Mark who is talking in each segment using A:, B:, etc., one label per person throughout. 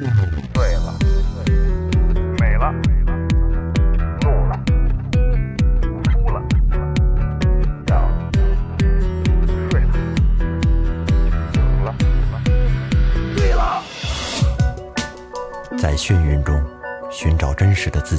A: 了，
B: 美了，怒了，哭了，笑了，睡了，醒了，醉了。
C: 在眩晕中寻找真实的自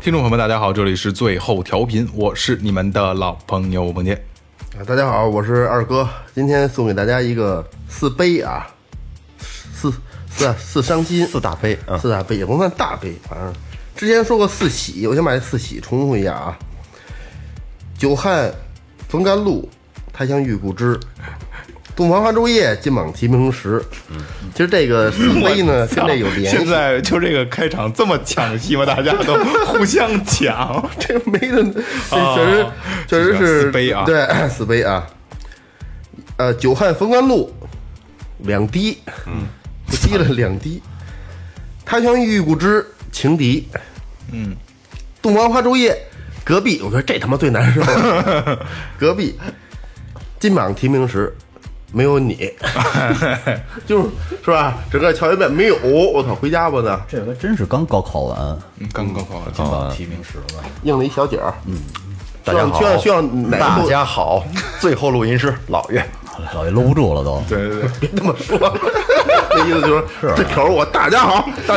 A: 听众朋友们，大家好，这里是最后调频，我是你们的老朋友彭杰。
D: 啊大家好，我是二哥，今天送给大家一个四杯啊，四四四伤心，
C: 四大杯啊
D: 四大杯也不算大杯，反正之前说过四喜，我先把这四喜重复一下啊。久旱逢甘露，他乡遇故知。洞房花烛夜，金榜题名时。
C: 嗯
D: 其实这个四杯呢，跟这有联系。
A: 现在就这个开场这么抢戏吗？大家都互相抢。
D: 这没得，
A: 哦
D: 这确实、确
A: 这
D: 实
A: 个
D: 是
A: 死杯啊
D: 对，死杯啊。呃，久旱逢甘露，两滴，嗯，滴了两滴。他乡遇故知，情敌，嗯，洞房花烛夜，隔壁，我觉得这他妈最难受了。 隔壁，金榜题名时，没 有你，就是是吧？整个瞧一遍没有，我操，回家吧呢，
E: 这回真是刚高考完，
A: 刚刚好，
E: 金榜题名时了吧？
D: 应了一小姐儿，嗯，
C: 大家好
D: 需要需要哪个
C: 大
D: 部
C: 家好，最后录音师老岳，
E: 老爷搂不住了都。
A: 对对对，
D: 这么说， 那意思就是啊这口儿我大家 好，大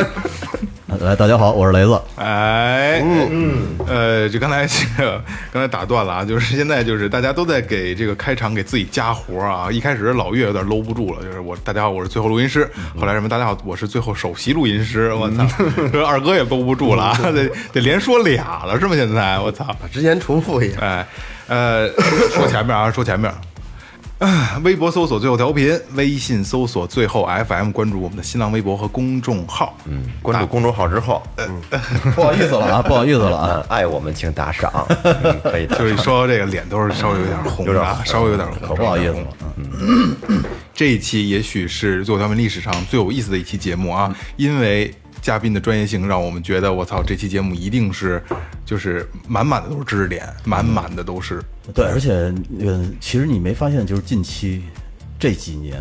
E: 来，大家好，我是雷子。
A: 哎，嗯，呃，就刚才这个刚才打断了啊，就是现在就是大家都在给这个开场给自己加活啊。一开始老岳有点搂不住了，就是我大家好，我是最后录音师。后来什么大家好，我是最后首席录音师。我操， 这二哥也搂不住了啊， 得得连说俩了是吗？现在我操，
D: 之前重复一下，
A: 哎，呃，说前面啊，说前面。 啊微博搜索最后调频，微信搜索最后 FM，关注我们的新浪微博和公众号。嗯，
C: 关注公众号之后，
D: 呃嗯
E: 不好意思了啊，不好意思了啊。
C: 嗯，爱我们请打赏，嗯可以打赏
A: 就。是说到这个脸都是稍微有点红
C: 有
A: 的
C: 点
A: 啊，
C: 红
A: 稍微有点红，
E: 可不好意思了。
A: 这一期也许是做咱们历史上最有意思的一期节目啊，因为嘉宾的专业性让我们觉得，我操，这期节目一定是就是满满的都是知识点，满满的都是。
E: 对，而且嗯，其实你没发现，就是近期这几年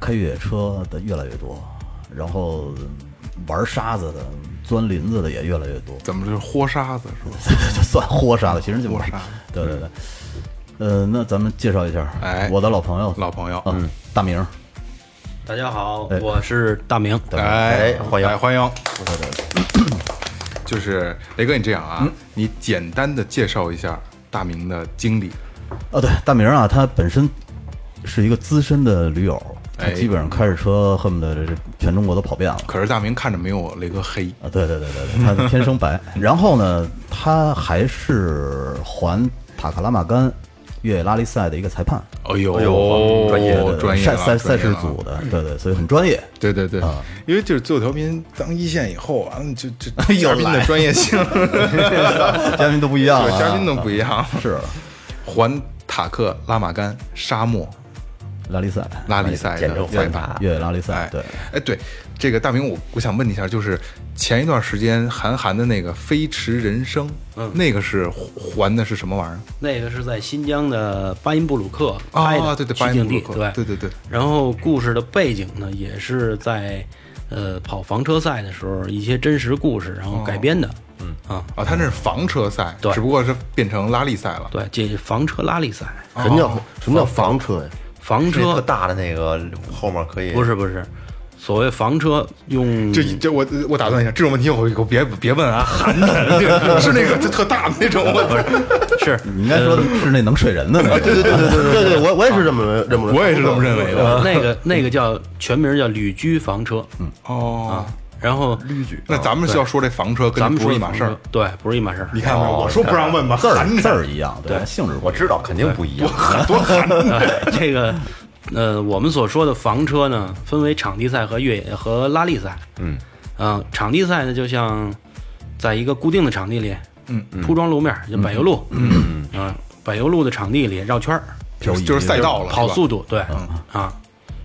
E: 开越野车的越来越多，然后玩沙子的、钻林子的也越来越多，
A: 怎么就是豁沙子是吧？
E: 就算豁沙子，其实就
A: 豁沙。
E: 对对对。呃，那咱们介绍一下，
A: 哎
E: 我的老朋友，
A: 老朋友
E: 嗯，大明，
F: 大家好
E: 哎，
F: 我是大明。
A: 哎，
C: 哎欢迎
A: 哎欢迎。就是雷哥，你这样啊，你简单的介绍一下大明的经历。
E: 哦，对，大明儿啊，他本身是一个资深的驴友，他
A: 哎
E: 基本上开着车恨不得这全中国都跑遍了。
A: 可是大明看着没有雷哥黑，
E: 啊，对对对对对，他天生 白。然后呢，他还是环塔克拉玛干越野拉力赛的一个裁判，
A: 哎呦，专业
E: 对对对
A: 专业
E: 赛
A: 了
E: 赛赛
A: 专业
E: 事
A: 了
E: 组啊的，对对，所以很专 业。
A: 对对对，因为就是最后调频当一线以后，完了就就 嘉宾的专业性，
E: 嘉宾都不一样了
A: 对
E: 啊，
A: 嘉宾都不一样。
E: 是
A: 环塔克拉玛干沙漠
E: 拉力赛，
A: 拉力
E: 哎
A: 赛
C: 简
A: 的
C: 称
A: 裁
C: 环
A: 判
C: 塔。
E: 越野拉力赛
A: 哎，，
E: 对，
A: 哎，对，这个大明，我我想问你一下，就是前一段时间韩寒的那个《飞驰人生》，那个是环的是什么玩意儿？
F: 那个是在新疆的巴音布鲁克拍的，
A: 啊，对对，
F: 取
A: 巴音
F: 景
A: 布鲁
F: 地，
A: 克，对对对，
F: 然后故事的背景呢，也是在呃跑房车赛的时候一些真实故事，然后改编的。嗯啊，
A: 啊，他那是房车赛，
F: 对
A: 只不过是变成拉力赛了。
F: 对，这房车拉力赛，
D: 什么叫什么叫房车呀？
F: 房
C: 是一特
F: 车
C: 大的那个后面可以
F: 不是不是，所谓房车 用
A: 这这我我打断一下，这种问题我我别别问啊，韩的是那个就特大的那种，我操
F: 是
A: 嗯
E: 你应该说是那能睡人的那
D: 对
E: 个，
D: 对对对对对对，我我也是这么认为，嗯
A: 我也是这么认为的。
F: 那个那个叫全名叫旅居房车，嗯，
A: 哦，
F: 然后
A: 那咱们是要说这房车跟
F: 咱们
A: 不
F: 说
A: 是一码事
F: 房
A: 儿
F: 车，，对，不是一码事 儿。
A: 你看没有？我说不让问吧，
E: 字
A: 韩
E: 儿字
A: 的
E: 儿一样，对，性质不
C: 我
E: 一样
C: 知道肯定不一样，
F: 呃，这个，呃，我们所说的房车呢，啊分为场地赛和越野和拉力赛。嗯，呃，场地赛呢，就像在一个固定的场地里，嗯，铺装路面就柏油路，嗯啊，柏油路的场地里绕圈儿，
A: 就是就是赛道了，
F: 跑
A: 是吧
F: 速度，对啊，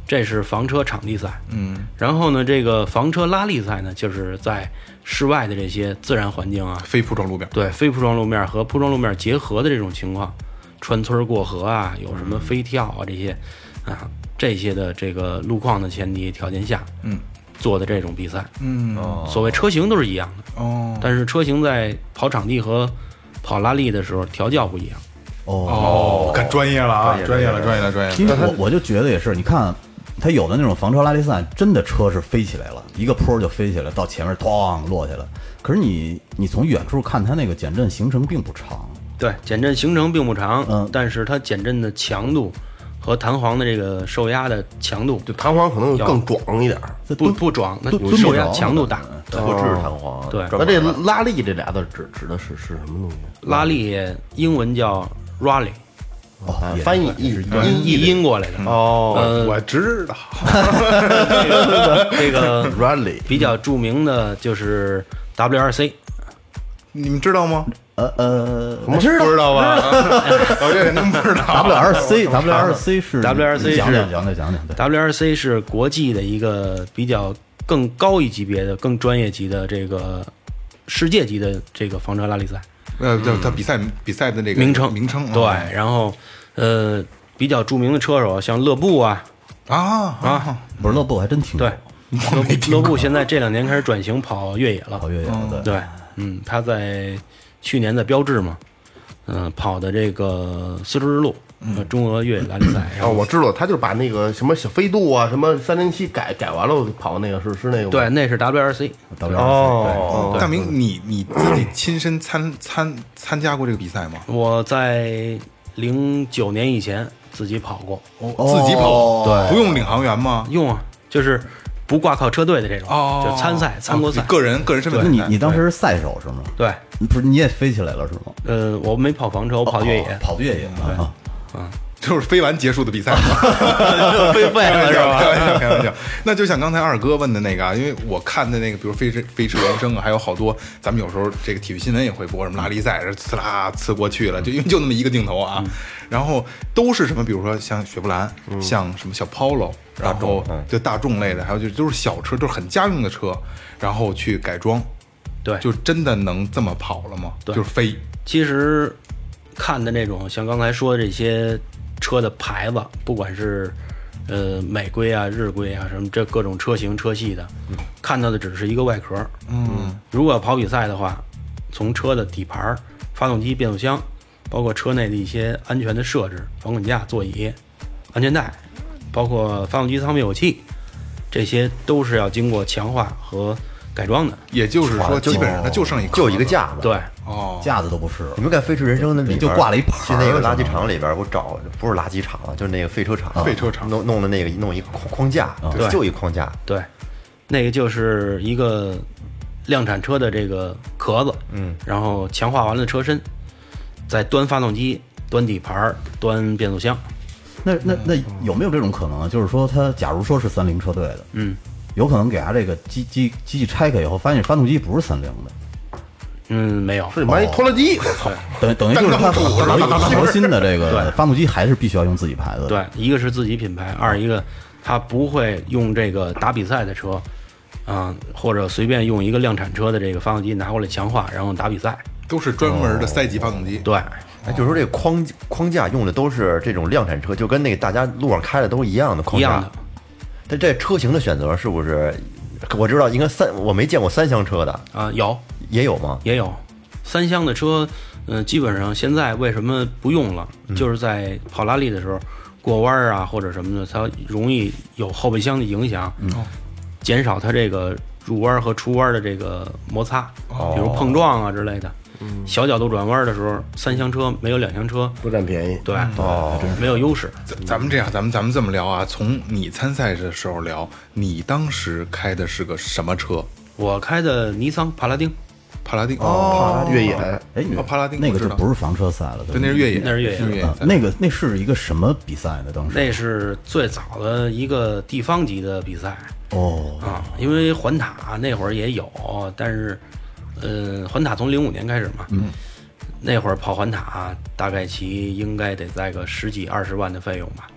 F: 这是房车场地赛，嗯，然后呢，这个房车拉力赛呢，就是在室外的这些自然环境啊，
A: 非铺装路面，
F: 对非铺装路面和铺装路面结合的这种情况，穿村儿过河啊，有什么飞跳啊这些啊这些的这个路况的前提条件下，嗯，做的这种比赛，
E: 哦
A: 嗯
F: 所谓车型都是一样
E: 嗯
F: 的，
A: 哦
F: 但是车型在跑场地和跑拉力的时候调教不一样，
E: 哦，
A: 哦，看专业了啊，专
D: 专
A: 业
D: 业
A: 了，
D: 了
A: 专业了，专业
E: 因
A: 了，
E: 为我我就觉得也是，你看他有的那种房车拉力赛，真的车是飞起来了，一个坡就飞起来，到前面咣落下来。可是你你从远处看，它那个减震行程并不长，
F: 对，减震行程并不长，
E: 嗯
F: 但是它减震的强度和弹簧的这个受压的强度
D: 就弹簧可能更壮一点儿。
E: 这
F: 不
E: 蹲
F: 不壮，那
E: 蹲蹲
F: 受
E: 不
F: 压
E: 着嗯
F: 强度大，对
A: 哦
G: 特制弹簧，
F: 对
G: 专
D: 那这
G: 门的
D: 拉力这俩字指指的是是什么东西？啊
F: 拉力英文叫 rally，
E: 哦，也
D: 啊翻译译
F: 译
D: 译
F: 音过来的。
D: 哦
F: 呃，
A: 嗯我知道，
F: 这个
A: 嗯
D: ，rally
F: 比较著名的就是 WRC，
A: 你们知道 吗？
E: 呃呃
A: 不知道，不知道吧？我哦这肯定不知道。
E: ，WRC WRC 是
F: WRC 是
E: 讲讲讲讲讲讲，对，
F: WRC 是国际的一个比较更高一级别的、更专业级的这个世界级的这个房车拉力赛
A: 呃，叫他比赛比赛的那个
F: 名称
A: 名称哦
F: 对，然后呃，比较著名的车手像勒布啊，
A: 啊啊，
E: 不是乐布还真听过
F: 对，勒嗯布勒布现在这两年开始转型跑越野了，
E: 跑越野的，对
F: 对，嗯，他在去年在标志嘛，嗯、跑的这个丝绸之路和中俄越野拉力赛，
D: 啊，
F: 然后
D: 我知道，他就是把那个什么小飞度啊，什么三零七改改完了跑那个是是那个吗
F: 对，那是 WRC，
E: ，WRC
D: 哦，
A: 大明，你你自己亲身参参参加过这个比赛吗？
F: 我在零九年以前自己跑过，哦
A: 自己跑，对，不用领航员吗？
F: 用啊，就是不挂靠车队的这种，
A: 哦，
F: 就参赛参国赛
A: 哦你，个人个人身份
E: 那
A: 参
E: 你
A: 赛，
E: 你当时是赛手是吗？
F: 对，
E: 不是，你也飞起来了是吗？
F: 呃，我没跑房车，我
E: 哦
F: 跑越野，
E: 跑越野
A: 嗯
E: 啊，
A: 就是飞完结束的比赛吗？ 开
F: 飞废了
A: 玩
F: 是
A: 笑，
F: 吧？
A: 开玩笑，开玩笑。那就像刚才二哥问的那个啊，因为我看的那个，比如《飞驰飞驰人生》啊，还有好多，咱们有时候这个体育新闻也会播，什么拉力赛，呲啦呲过去了，
F: 嗯
A: 就因为就那么一个镜头啊。然后都是什么，比如说像雪佛兰，
F: 嗯
A: 像什么小 Polo，然后就大众类的，还有就都是小车，都是很家用的车，然后去改装，
F: 对，
A: 就真的能这么跑了吗？
F: 对
A: 就是飞，
F: 其实看的那种，像刚才说的这些车的牌子，不管是呃美规啊、日规啊什么这各种车型车系的，看到的只是一个外壳。嗯，如果要跑比赛的话，从车的底盘、发动机、变速箱，包括车内的一些安全的设置，防滚架、座椅、安全带，包括发动机舱灭火器，这些都是要经过强化和改装的。
A: 也就是说，基本上它就剩一
G: 就一个
A: 架
G: 架子。
F: 对，
A: 哦，
E: 架子都不是，
G: 你们看《飞驰人生》那里边
E: 你就挂了一牌儿
G: 去那个垃圾场里边，我找不是垃圾场了，就是那个废车场，
A: 废车场
G: 弄弄的那个弄一个框框架，
F: 对
G: 就一框架，
F: 对，那个就是一个量产车的这个壳子，嗯，然后强化完了车身，再端发动机、端底盘儿、端变速箱，
E: 那那那
A: 嗯
E: 有没有这种可能啊？就是说，他假如说是三菱车队的，
F: 嗯，
E: 有可能给他这个机机机器拆开以后，发现发动机不是三菱的，
F: 嗯，没有，
D: 是
G: 哦
D: 买一拖拉 机，
E: 等于等于就是他核核心的这 个发动机还是必须要用自己牌子的。
F: 对，一个是自己品牌，二一个他不会用这个打比赛的车，啊、或者随便用一个量产车的这个发动机拿过来强化，然后打比赛，
A: 都是专门的赛级发动机。
F: 对，
G: 哎，就是说这个框框架用的都是这种量产车，就跟那个大家路上开的都是一样的
F: 一
D: 啊
G: 框
F: 样
G: 架
F: 的。，
G: 但这车型的选择是不是？我知道应该三，我没见过三厢车的，
F: 啊、有
G: 也有吗？
F: 也有三厢的车，嗯、基本上现在为什么不用了？就是在跑拉力的时候，过弯儿啊或者什么的，它容易有后备箱的影响，减少它这个入弯儿和出弯儿的这个摩擦，比如碰撞啊之类的。小角度转弯儿的时候，三厢车没有两厢车，
D: 不占便宜。
F: 对，没有优势。
A: 咱咱们这样，咱们咱们这么聊啊，从你参赛的时候聊，你当时开的是个什么车？
F: 我开的尼桑帕拉丁，
A: 帕拉丁哦，
D: 越野
E: 哎，你
A: 哦帕拉丁
E: 那
A: 我
E: 个
A: 知
E: 就
A: 道
E: 不是房车赛了，
A: 对，那是越野，
F: 那是越野
A: 越
E: 啊那个那是一个什么比赛呢？当时
F: 那是最早的一个地方级的比赛。
E: 哦，
F: 啊，因为环塔那会儿也有，但是呃，环塔从零五年开始嘛，那会儿跑环塔大概其应该得在个十几二十万的费用吧，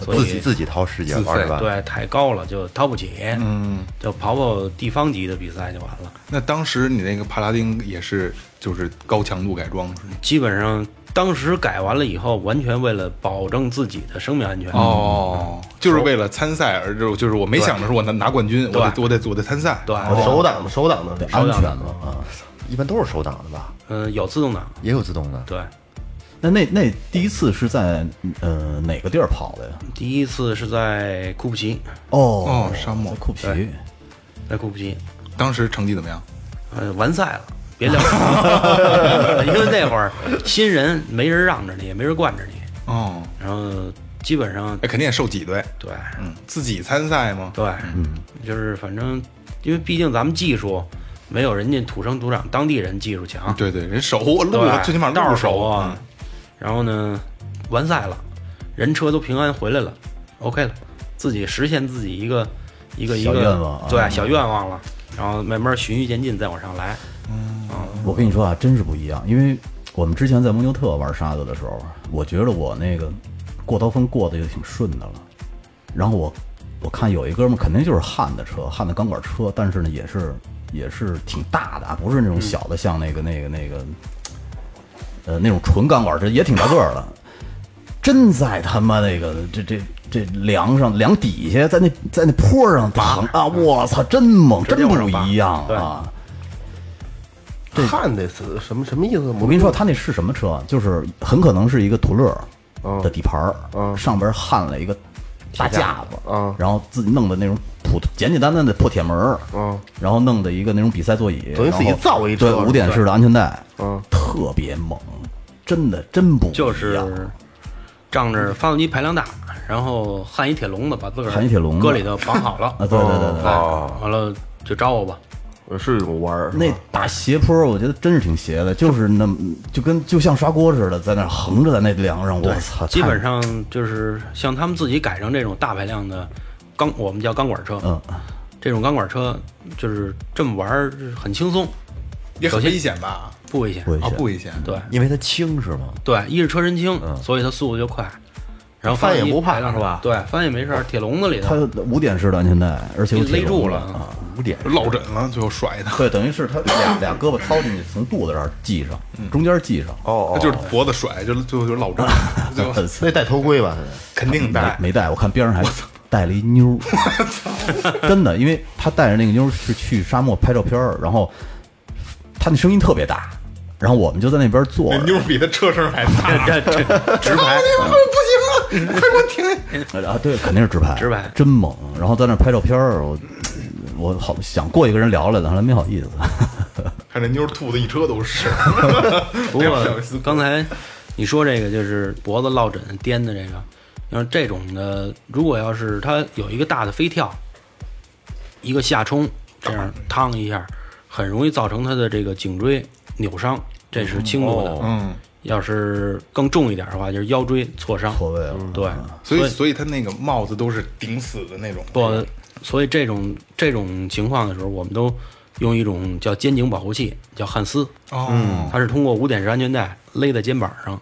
F: 所以
G: 自己自己掏十几
A: 自费
G: 二十万，
F: 对太高了就掏不起，嗯，就跑跑地方级的比赛就完了。
A: 那当时你那个帕拉丁也是就是高强度改装是吗？
F: 基本上当时改完了以后，完全为了保证自己的生命安全。
A: 哦，就是为了参赛而就就是我没想着说我能拿冠军，我得
F: 对
A: 我得我得参赛。
F: 对，
D: 哦手挡的，手挡的，
E: 安全嘛啊。
G: 一般都是手挡的吧，
F: 嗯、有自动挡，
G: 也有自动的。
F: 对。
E: 那那那第一次是在呃哪个地儿跑的呀？
F: 第一次是在库布齐，
E: 哦
A: 哦沙漠
E: 在库皮，
F: 对在库布齐，
A: 当时成绩怎么样？
F: 呃，完赛了，别聊了，因为那会儿新人没人让着你，也没人惯着你，
A: 哦，
F: 然后基本上
A: 哎，肯定也受挤兑。
F: 对
A: 嗯，自己参赛吗？
F: 对，就是反正因为毕竟咱们技术没有人家土生土长当地人技术强，
A: 对对，人熟，我路
F: 对，
A: 最起码
F: 道
A: 路
F: 儿
A: 熟
F: 熟啊。。然后呢，完赛了，人车都平安回来了，OK 了，自己实现自己一个一个一
E: 小
F: 个
E: 愿望啊
F: 对小愿望了。然后慢慢循序渐进，再往上来。
E: 我跟你说啊，真是不一样，因为我们之前在蒙牛特玩沙子的时候，我觉得我那个过刀锋过得就挺顺的了。然后我我看有一哥们儿肯定就是汉的车，汉的钢管车，但是呢也是 也是挺大的啊，不是那种小的，像那个那个那个，呃，那种纯钢管车也挺大个儿的。真在他妈那个这这这梁上梁底下，在那在那坡上躺啊！我操，真猛，
F: 直接
E: 真不
F: 往上拔
E: 一样
F: 对
E: 啊！
D: 看得死什么什么意思？
E: 我跟你说，他那是什么车啊？就是很可能是一个途乐
D: 啊
E: 的底盘儿，上边焊了一个大架子，
D: 嗯
E: 然后自己弄的那种普简简单单的破铁门儿，
D: 嗯
E: 然后弄的一个那种比赛座椅，
D: 等于自己
E: 然后
D: 造一车
E: 对
D: 是吧
E: 五点式的安全带，
D: 嗯
E: 特别猛，真的真不啊
F: 就是仗着发动机排量大，然后焊一铁笼子，把自个儿
E: 焊一铁笼子
F: 搁里头绑好了。
E: 啊，对对对对，
F: 哦，完了就招我吧。
D: 我是一种玩儿，
E: 那大斜坡，我觉得真是挺斜的，就是那么就跟就像刷锅似的，在那儿横着在那梁上，我操，
F: 基
E: 太
F: 本上就是像他们自己改成这种大排量的钢，我们叫钢管车。
E: 嗯，
F: 这种钢管车就是这么玩儿就是很轻松，
A: 也很
F: 首先
A: 危险吧？
F: 不危险
E: 不。危
A: 啊，
E: 险
A: 不危险。
F: 对
G: 因为它轻是吗？
F: 对，一是车身轻，
E: 嗯
F: 所以它速度就快，然后
D: 翻也
F: 动机
D: 不怕
F: 排量
D: 是吧
F: 对，翻也没事儿，铁笼子里
E: 它
F: 头
E: 五点式的安全带，而且
F: 给
E: 有
F: 勒
E: 铁笼
F: 住
E: 子
F: 了
E: 啊。
F: 啊。
G: 五点
A: 落枕了，最后甩他，
E: 对，等于是他俩俩胳膊掏进去，从肚子这儿系上，中间系上。
A: 他
G: 哦哦，
A: 就是脖子甩，就最后就是落枕，最后
D: 那戴头盔吧，
A: 肯定
E: 没
A: 带。
E: 没带，我看边上还带了一妞儿，真的，因为他带着那个妞儿是去沙漠拍照片儿，然后他那声音特别大，然后我们就在那边坐
A: 那
E: 着，
A: 妞儿比他车声还大，哦这这 直排，不行了，快给我停！
E: 啊，对，肯定是直拍，
F: 直拍
E: 真猛，然后在那儿拍照片儿，我我好想过去跟人聊来的，后来没好意思。
A: 看这妞儿吐的一车都是。
F: 不过刚才你说这个就是脖子落枕颠的这个，要是这种的，如果要是它有一个大的飞跳，一个下冲，这样烫一下，很容易造成它的这个颈椎扭伤，这是轻度的。
E: 哦
A: 嗯，
F: 要是更重一点的话，就是腰椎挫伤。
E: 错位嗯了
F: 对，
A: 所以所以他那个帽子都是顶死的那种。
F: 不，所以这种这种情况的时候，我们都用一种叫肩颈保护器，叫焊丝。
A: 哦，
F: 它是通过五点式安全带勒在肩膀上，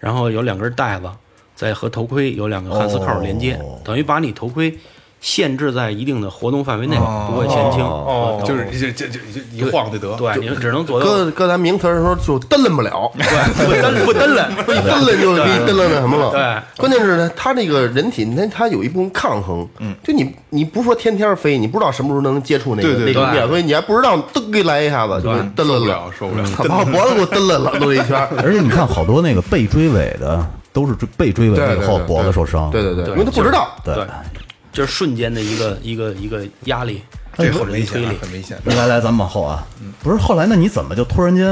F: 然后有两根带子，再和头盔有两个焊丝扣连接，
E: 哦
F: 等于把你头盔限制在一定的活动范围内，不会前倾。啊
A: 哦，就是这这这这一晃就得。，
F: 对，你只能左右，
D: 搁搁咱名词儿说就蹬了 不了，
F: 对，不蹬不蹬了。
D: 不一蹬了就给你蹬了那什么了。
F: 对，
D: 关键是呢，他那个人体，你看它有一部分抗衡，嗯，就你你不说天天飞，你不知道什么时候能接触那个
A: 对对
D: 那个
F: 对
D: 面，所以你还不知道蹬给来一下子就给蹬了
A: 受不
D: 了
A: 了，，受不了。
D: 操 把我脖子给我蹬了了，兜了一圈儿。
E: 而且你看，好多那个被追尾的都是追被追尾
D: 对
E: 了
D: 对
E: 以后
D: 对
E: 脖子受伤。
D: 对对对，因为他不知道，
E: 对
F: 对，就是瞬间的一个一个一个压力，
E: 哎
A: 这
F: 或
A: 很
F: 者
A: 危
F: 一推
A: 险啊
F: 力，。
A: 很危险。
E: 来来来，咱们往后啊，不是后来，那你怎么就突然间，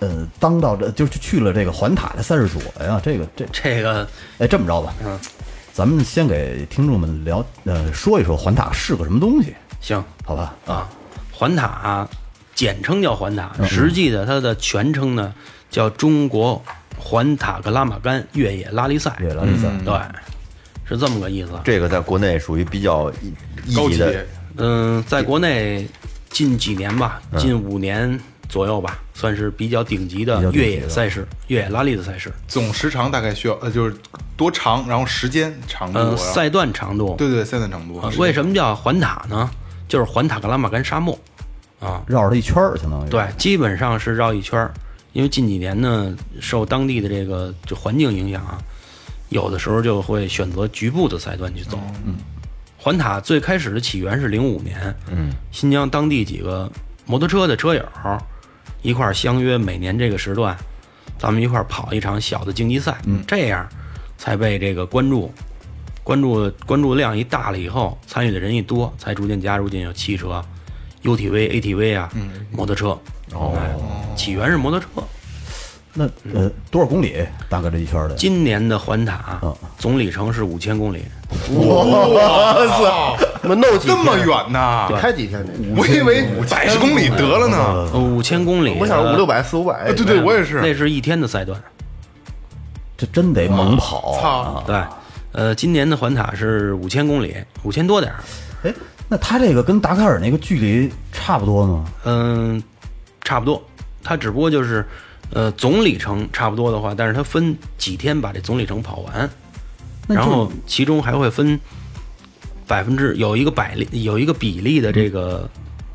E: 呃，当到这就去了这个环塔的赛事所呀？这个这，
F: 这个
E: 哎，这么着吧，
F: 嗯
E: 咱们先给听众们聊，呃，说一说环塔是个什么东西，
F: 行
E: 好吧？
F: 啊，环塔简称叫环
E: 嗯
F: 塔，实际的它的全称呢叫中国环塔克拉玛干越野拉力赛。
E: 越野拉力赛
F: 对，是这么个意思。
G: 这个在国内属于比较一一级的
A: 高，
F: 嗯，在国内近几年吧，
E: 嗯
F: 近五年左右吧，算是比较顶级的
E: 比较顶级
F: 越
E: 的
F: 野赛事、越野拉力的赛事。
A: 总时长大概需要呃就是多长，然后时间长度，然后
F: 呃，赛段长度，
A: 对对赛段长度
F: 啊，为什么叫环塔呢？就是环塔格拉玛干沙漠啊，
E: 绕着它一圈儿，相当于
F: 对，基本上是绕一圈儿。因为近几年呢，受当地的这个就环境影响啊，有的时候就会选择局部的赛段去走。嗯，环塔最开始的起源是零五年，嗯，新疆当地几个摩托车的车友儿一块儿相约，每年这个时段，咱们一块儿跑一场小的竞技赛，嗯，这样才被这个关注，关注关注量一大了以后，参与的人一多，才逐渐加入进有汽车、UTV、ATV 啊，摩托车。哦，起源是摩托车。
E: 那
F: 嗯
E: 呃多少公里？大概这一圈儿的
F: 今年的环塔
E: 哦
F: 总里程是五千公里，
D: 我们哦弄几
A: 这么
D: 天，
A: 远呐？
D: 开几天这？
A: 我以为百十公里得了
F: 嗯
A: 呢。
F: 呃五千公里，
D: 我想
F: 呃
D: 五六，百、四五百
A: 哎，。对对，我也
F: 那
A: 是。
F: 是一天的赛段。
E: 这真
F: 啊
E: 得猛跑。
A: 操！
F: 对，呃，今年的环塔是五千公里，五千多点儿，
E: 哎，那它这个跟达喀尔那个距离差不多吗？
F: 嗯，差不多。它只不过就是，呃，总里程差不多的话，但是它分几天把这总里程跑完，
E: 那这
F: 然后其中还会分百分之有一个百例有一个比例的这个、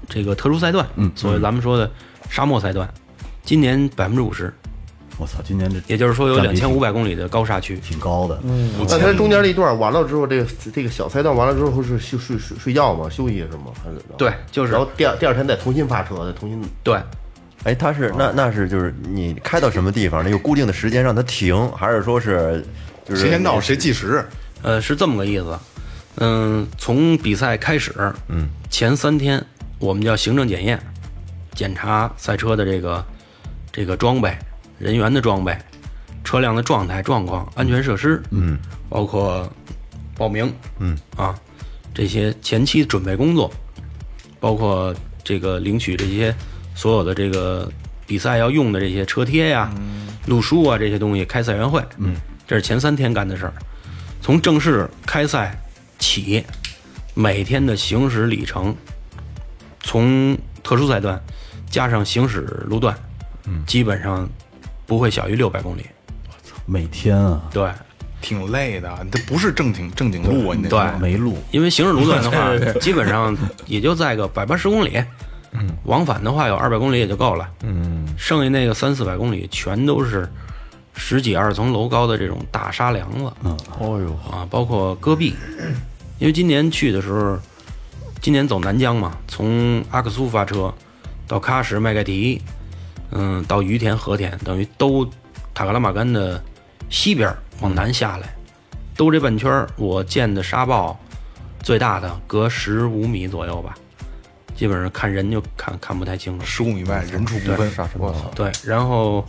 F: 这个特殊赛段，嗯，所谓咱们说的沙漠赛段，今年百分之五十，
E: 我操，今年这
F: 也嗯就是说有
E: 占
F: 两
E: 比
F: 千五百公里的高沙区，
E: 挺高的。
D: 那它中间这一段完了之后，这个这个小赛段完了之后是休睡睡睡觉吗？休息是吗？还是怎么着
F: 对就是
D: 然后第二第二天再重新发车，再重新
F: 对，
G: 哎，他是那那是就是你开到什么地方，那有固定的时间让它停，还是说是
F: 嗯
G: 就是
A: 谁先到谁计时。
F: 呃，是这么个意思。嗯，从比赛开始，嗯，前三天我们叫行政检验，检查赛车的这个这个装备、人员的装备、车辆的状态状况、安全设施，嗯，包括报名，嗯啊，这些前期准备工作，包括这个领取这些所有的这个比赛要用的这些车贴呀、路书啊这些东西，开赛员会，嗯，这是前三天干的事儿。从正式开赛起，每天的行驶里程，从特殊赛段加上行驶路段，基本上不会小于六百公里。
E: 每天啊，
F: 对，
A: 挺累的，这不是正经正经路啊，你那
F: 对
A: 个
E: 没路，
F: 因为行驶路段的话，基本上也就在个百八十公里，往返的话有二百公里也就够了。嗯，剩下那个三四百公里全都是十几二十层楼高的这种大沙梁子。嗯，哦呦啊，包括戈壁，因为今年去的时候，今年走南疆嘛，从阿克苏发车到喀什、麦盖提，嗯，到于田、和田，等于都塔克拉玛干的西边儿往南下来，兜这半圈儿，我见的沙暴最大的隔十五米左右吧，基本上看人就看看不太清楚。
A: 十五米外人畜不分。我
G: 啊
A: 操！
F: 对，然后，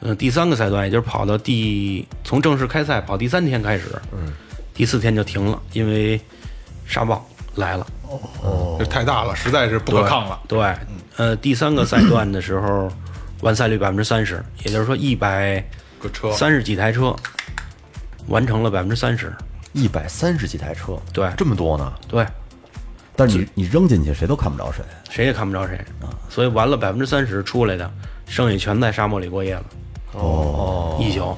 F: 呃，第三个赛段，也就是跑到第从正式开赛跑第三天开始，嗯，第四天就停了，因为沙暴来了，
A: 这太大了，实在是不可抗了。
F: 对，
G: 嗯
F: 呃，第三个赛段的时候，完赛率百分之三十，也就是说一百
A: 个车
F: 三十几台车完成了百分之三十，
G: 一百三十几台车，
F: 对
G: 这么多呢？
F: 对，
E: 但是你你扔进去谁都看不着谁。
F: 谁也看不着谁，
G: 啊
F: 所以完了百分之三十出来的，剩下全在沙漠里过夜了。哦，一宿。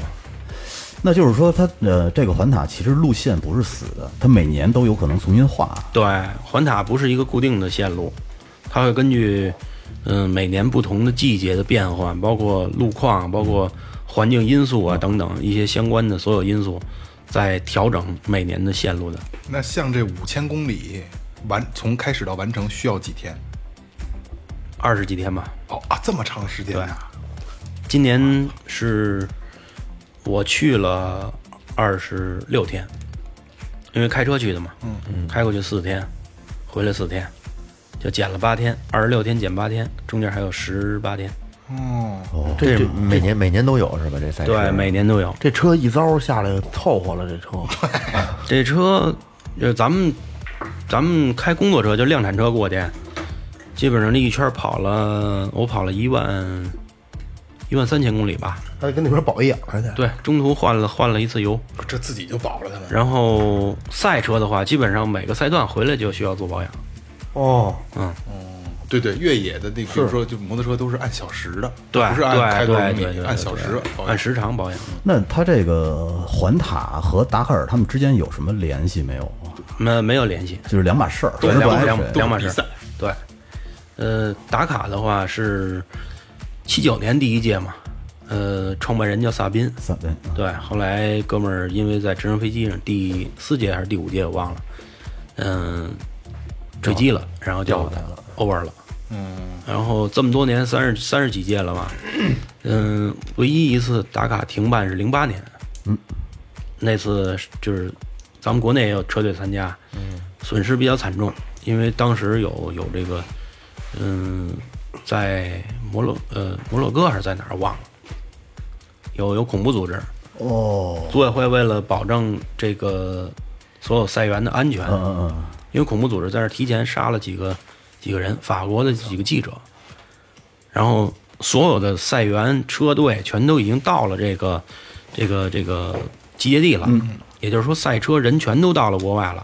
E: 那就是说它，呃，这个环塔其实路线不是死的，它每年都有可能重新画。
F: 对，环塔不是一个固定的线路，它会根据嗯每年不同的季节的变换，包括路况、包括环境因素啊等等一些相关的所有因素，在调整每年的线路的。
A: 那像这五千公里完，从开始到完成需要几天？
F: 二十几天吧，
A: 哦啊，这么长时间呀、
F: 今年是我去了二十六天，因为开车去的嘛，嗯嗯，开过去四天，回来四天，就减了八天，二十六天减八天，中间还有十八天，
A: 哦
G: 这是每年每年都有是吧？这赛事
F: 对，每年都有。
D: 这车一遭下来凑合了，这车
F: 这车，呃，咱们咱们开工作车就量产车过去，基本上这一圈跑了，我跑了一万一万三千公里吧。
D: 还跟那边保一养还得。
F: 对，中途换了换了一次油。
A: 这自己就保了他们。
F: 然后赛车的话，基本上每个赛段回来就需要做保养。
D: 哦，
F: 嗯，
A: 对对，越野的那，比如说就摩托车都是按小时的，
F: 对，
A: 不是按开
F: 对
A: 多
F: 对
A: 少
F: 对对
A: 米，
F: 对
A: 按小时哦
F: 对
A: 保养
F: 按时长保养。
E: 那他这个环塔和达喀尔他们之间有什么联系没有啊？
F: 没没有联系，
E: 就是两码事儿，
F: 对，
E: 是
F: 两
E: 不
F: 码
E: 挨
F: 两
E: 谁
F: 码两码
A: 比
F: 事
A: 赛
F: 儿。对，呃，打卡的话是七九年第一届嘛，呃，创办人叫萨宾，
E: 三对嗯
F: 对，后来哥们儿因为在直升飞机上第四届还是第五届我忘了，嗯，坠机了，然后就 over 了，嗯，然后这么多年三十三十几届了吧，嗯，唯一一次打卡停办是零八年，嗯，那次是就是咱们国内也有车队参加，嗯，损失比较惨重，因为当时有有这个，嗯，在摩洛呃摩洛哥还是在哪儿忘了。有有恐怖组织，
E: 哦，
F: 组委会为了保证这个所有赛员的安全，
E: 嗯嗯嗯，
F: 因为恐怖组织在那儿提前杀了几个几个人，法国的几个记者，然后所有的赛员、车队全都已经到了这个这个这个集结地了，
E: 嗯
F: 也就是说赛车人全都到了国外了，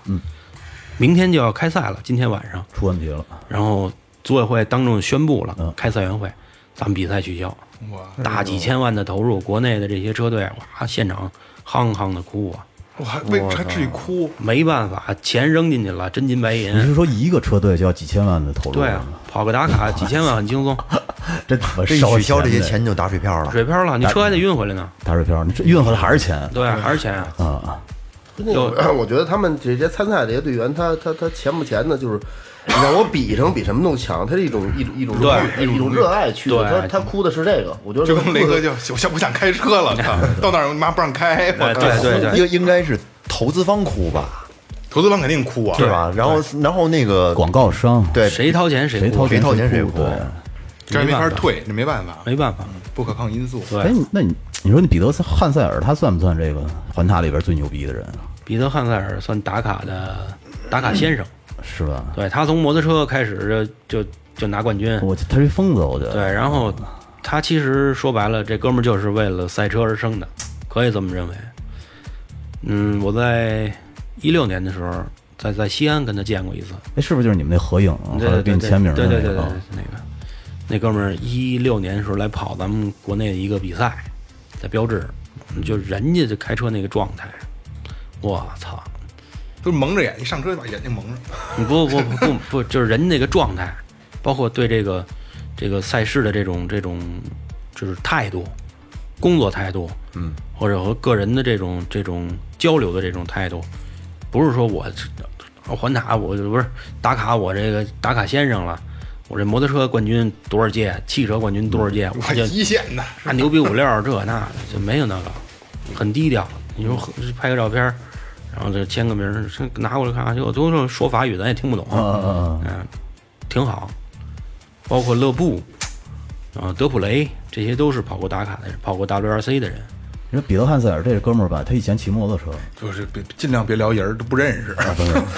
F: 明天就要开赛了，今天晚上，
E: 出问题了，
F: 然后组委会当众宣布了
E: 嗯
F: 开赛员会，咱们比赛取消。
A: 哇，
E: 哎
F: 大几千万的投入，国内的这些车队哇，现场夯夯的哭啊！
A: 我还为还至于哭？
F: 没办法，钱扔进去了，真金白
G: 嗯
E: 你
F: 银。
E: 是说一个车队就要几千万的投入？
F: 对啊，跑个打卡几千万很轻松，
E: 这怎么
G: 这一
E: 烧
G: 取消这些
E: 呢
G: 钱就打水漂了。
F: 水漂了，你车还得运回来呢。
E: 打水漂，你这运回来还是钱
F: 对啊，还是钱啊。
G: 嗯
E: 啊？
D: 那个， 我觉得他们这些参赛这些队员，他他他钱不钱的，就是你让我比一场比什么都强，他是一种一种一种
F: 对
D: 一种热爱去的。
F: 对
D: 他他哭的是这个，我觉 得
A: 就
D: 他哭
A: 跟
D: 的
A: 雷哥就我想不想开车了？操，到那儿妈不让开，我操！
F: 对对对，
G: 应应该是投资方哭吧，
A: 投资方肯定哭啊，
G: 是？吧？然后然后那个
E: 广告商
G: 对
F: 谁掏钱谁
E: 哎谁
F: 哭
E: 掏
G: 谁掏钱谁
E: 哭
G: 哭
E: 对
A: 这没法退，这没办法，
F: 没办法。
A: 不可抗因素。
E: 哎
F: 对，，
E: 那你你说那彼得汉塞尔他算不算这个环塔里边最牛逼的人啊？
F: 彼得汉塞尔算打卡的打卡先生，
E: 是吧？
F: 对他从摩托车开始就就就拿冠军。
E: 我他是一疯子，我觉得。
F: 对，然后他其实说白了，这哥们儿就是为了赛车而生的，可以这么认为。嗯，我在一六年的时候，在在西安跟他见过一次，
E: 哎，是不是就是你们那合影啊？
F: 对
E: 后来给
F: 对对
E: 你
F: 对
E: 签名
F: 对
E: 的
F: 对
E: 那
F: 对对，
E: 个
F: 对
E: 啊？
F: 那个那哥们儿一六年的时候来跑咱们国内的一个比赛，在标志，就人家就开车那个状态，我操！
A: 都是蒙着眼，一上车就把眼睛蒙上。
F: 你不不不不不，就是人那个状态，包括对这个这个赛事的这种这种就是态度，工作态度，嗯，或者和个人的这种这种交流的这种态度，不是说我环塔我不是打卡我这个打卡先生了，我这摩托车冠军多少届，汽车冠军多少届，我
A: 嗯我
F: 就
A: 一线的，
F: 啊牛逼五六这那的就没有那个，很低调。你说很拍个照片儿，然后就签个名儿，这拿过来看看，就都是说法语，咱也听不懂，
E: 嗯嗯嗯，
F: 嗯，挺好。包括勒布，啊，德普雷，这些都是跑过打卡的人，跑过 WRC 的人。
E: 你说彼得汉塞尔这哥们儿吧，他以前骑摩托车，
A: 就是别尽量别聊人儿，都不认识，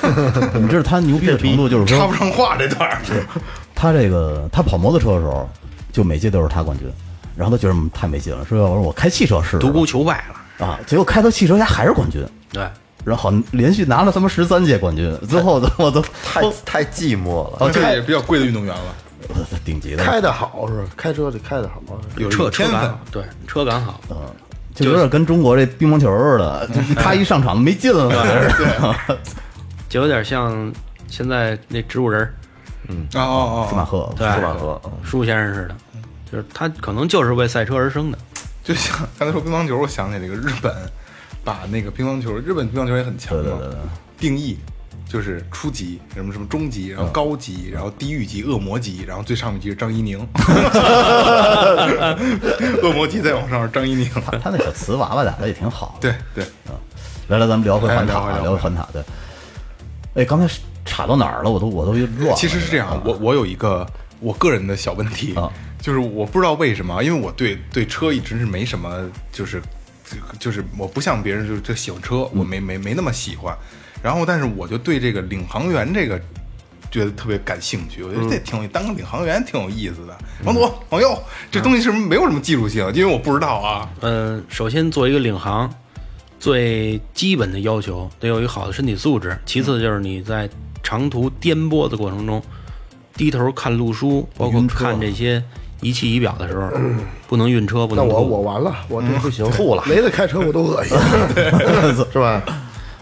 E: 你知道他牛逼的程度，就是
A: 插
E: 说
A: 不上话这段儿。
E: 他这个他跑摩托车的时候，就每届都是他冠军，然后他觉得嗯太没劲了，说要不然我开汽车试试吧
F: 独孤求败了，
E: 啊，结果开到汽车家还是冠军，
F: 对，
E: 然后连续拿了他妈十三届冠军，最后都我都
G: 太太寂寞了。
A: 哦，这也比较贵的运动员了，
E: 我都顶级的，
D: 开的好是吧开车得开的好，啊
A: 有
F: 车
A: 有
F: 车
A: 天
F: 感
A: 分
F: 好。，对，车感好。
E: 就有点跟中国这乒乓球似的，就他一上场没劲了，对，
F: 就有点像现在那植物人儿，
A: 哦哦
E: 舒马
A: 哦，
E: 赫，
F: 对，
G: 舒马赫嗯
F: 舒先生似的，就是他可能就是为赛车而生的。
A: 就像刚才说乒乓球，我想起这个日本，把那个乒乓球，日本乒乓球也很强嘛，定义就是初级，什么什么中级，然后高级，然后地狱级、恶魔级，然后最上面级是张怡宁， 恶魔级再往上是张怡宁，
E: 他那小瓷娃娃打的也挺好。
A: 对，对，
E: 来来，咱们聊回环塔
A: 哎，聊回
E: 聊回环塔。对，哎，刚才是岔到哪儿了？我都我都乱了。
A: 哎其实是这样，我我有一个我个人的小问题
E: 啊，
A: 就是我不知道为什么，因为我对对车一直是没什么，就是就是我不像别人就就喜欢车，我没没没那么喜欢。然后，但是我就对这个领航员这个觉得特别感兴趣，我觉得这挺有当个领航员挺有意思的。往左往右，这东西是没有什么技术性，因为我不知道啊。
F: 嗯，首先做一个领航，最基本的要求得有一个好的身体素质，其次就是你在长途颠簸的过程中，低头看路书，包括看这些仪器仪表的时候，不能晕车，不
D: 那
F: 能
D: 我
F: 吐
D: 我完了，我这不行，
G: 吐了
D: 没得嗯开车我都恶心，是吧？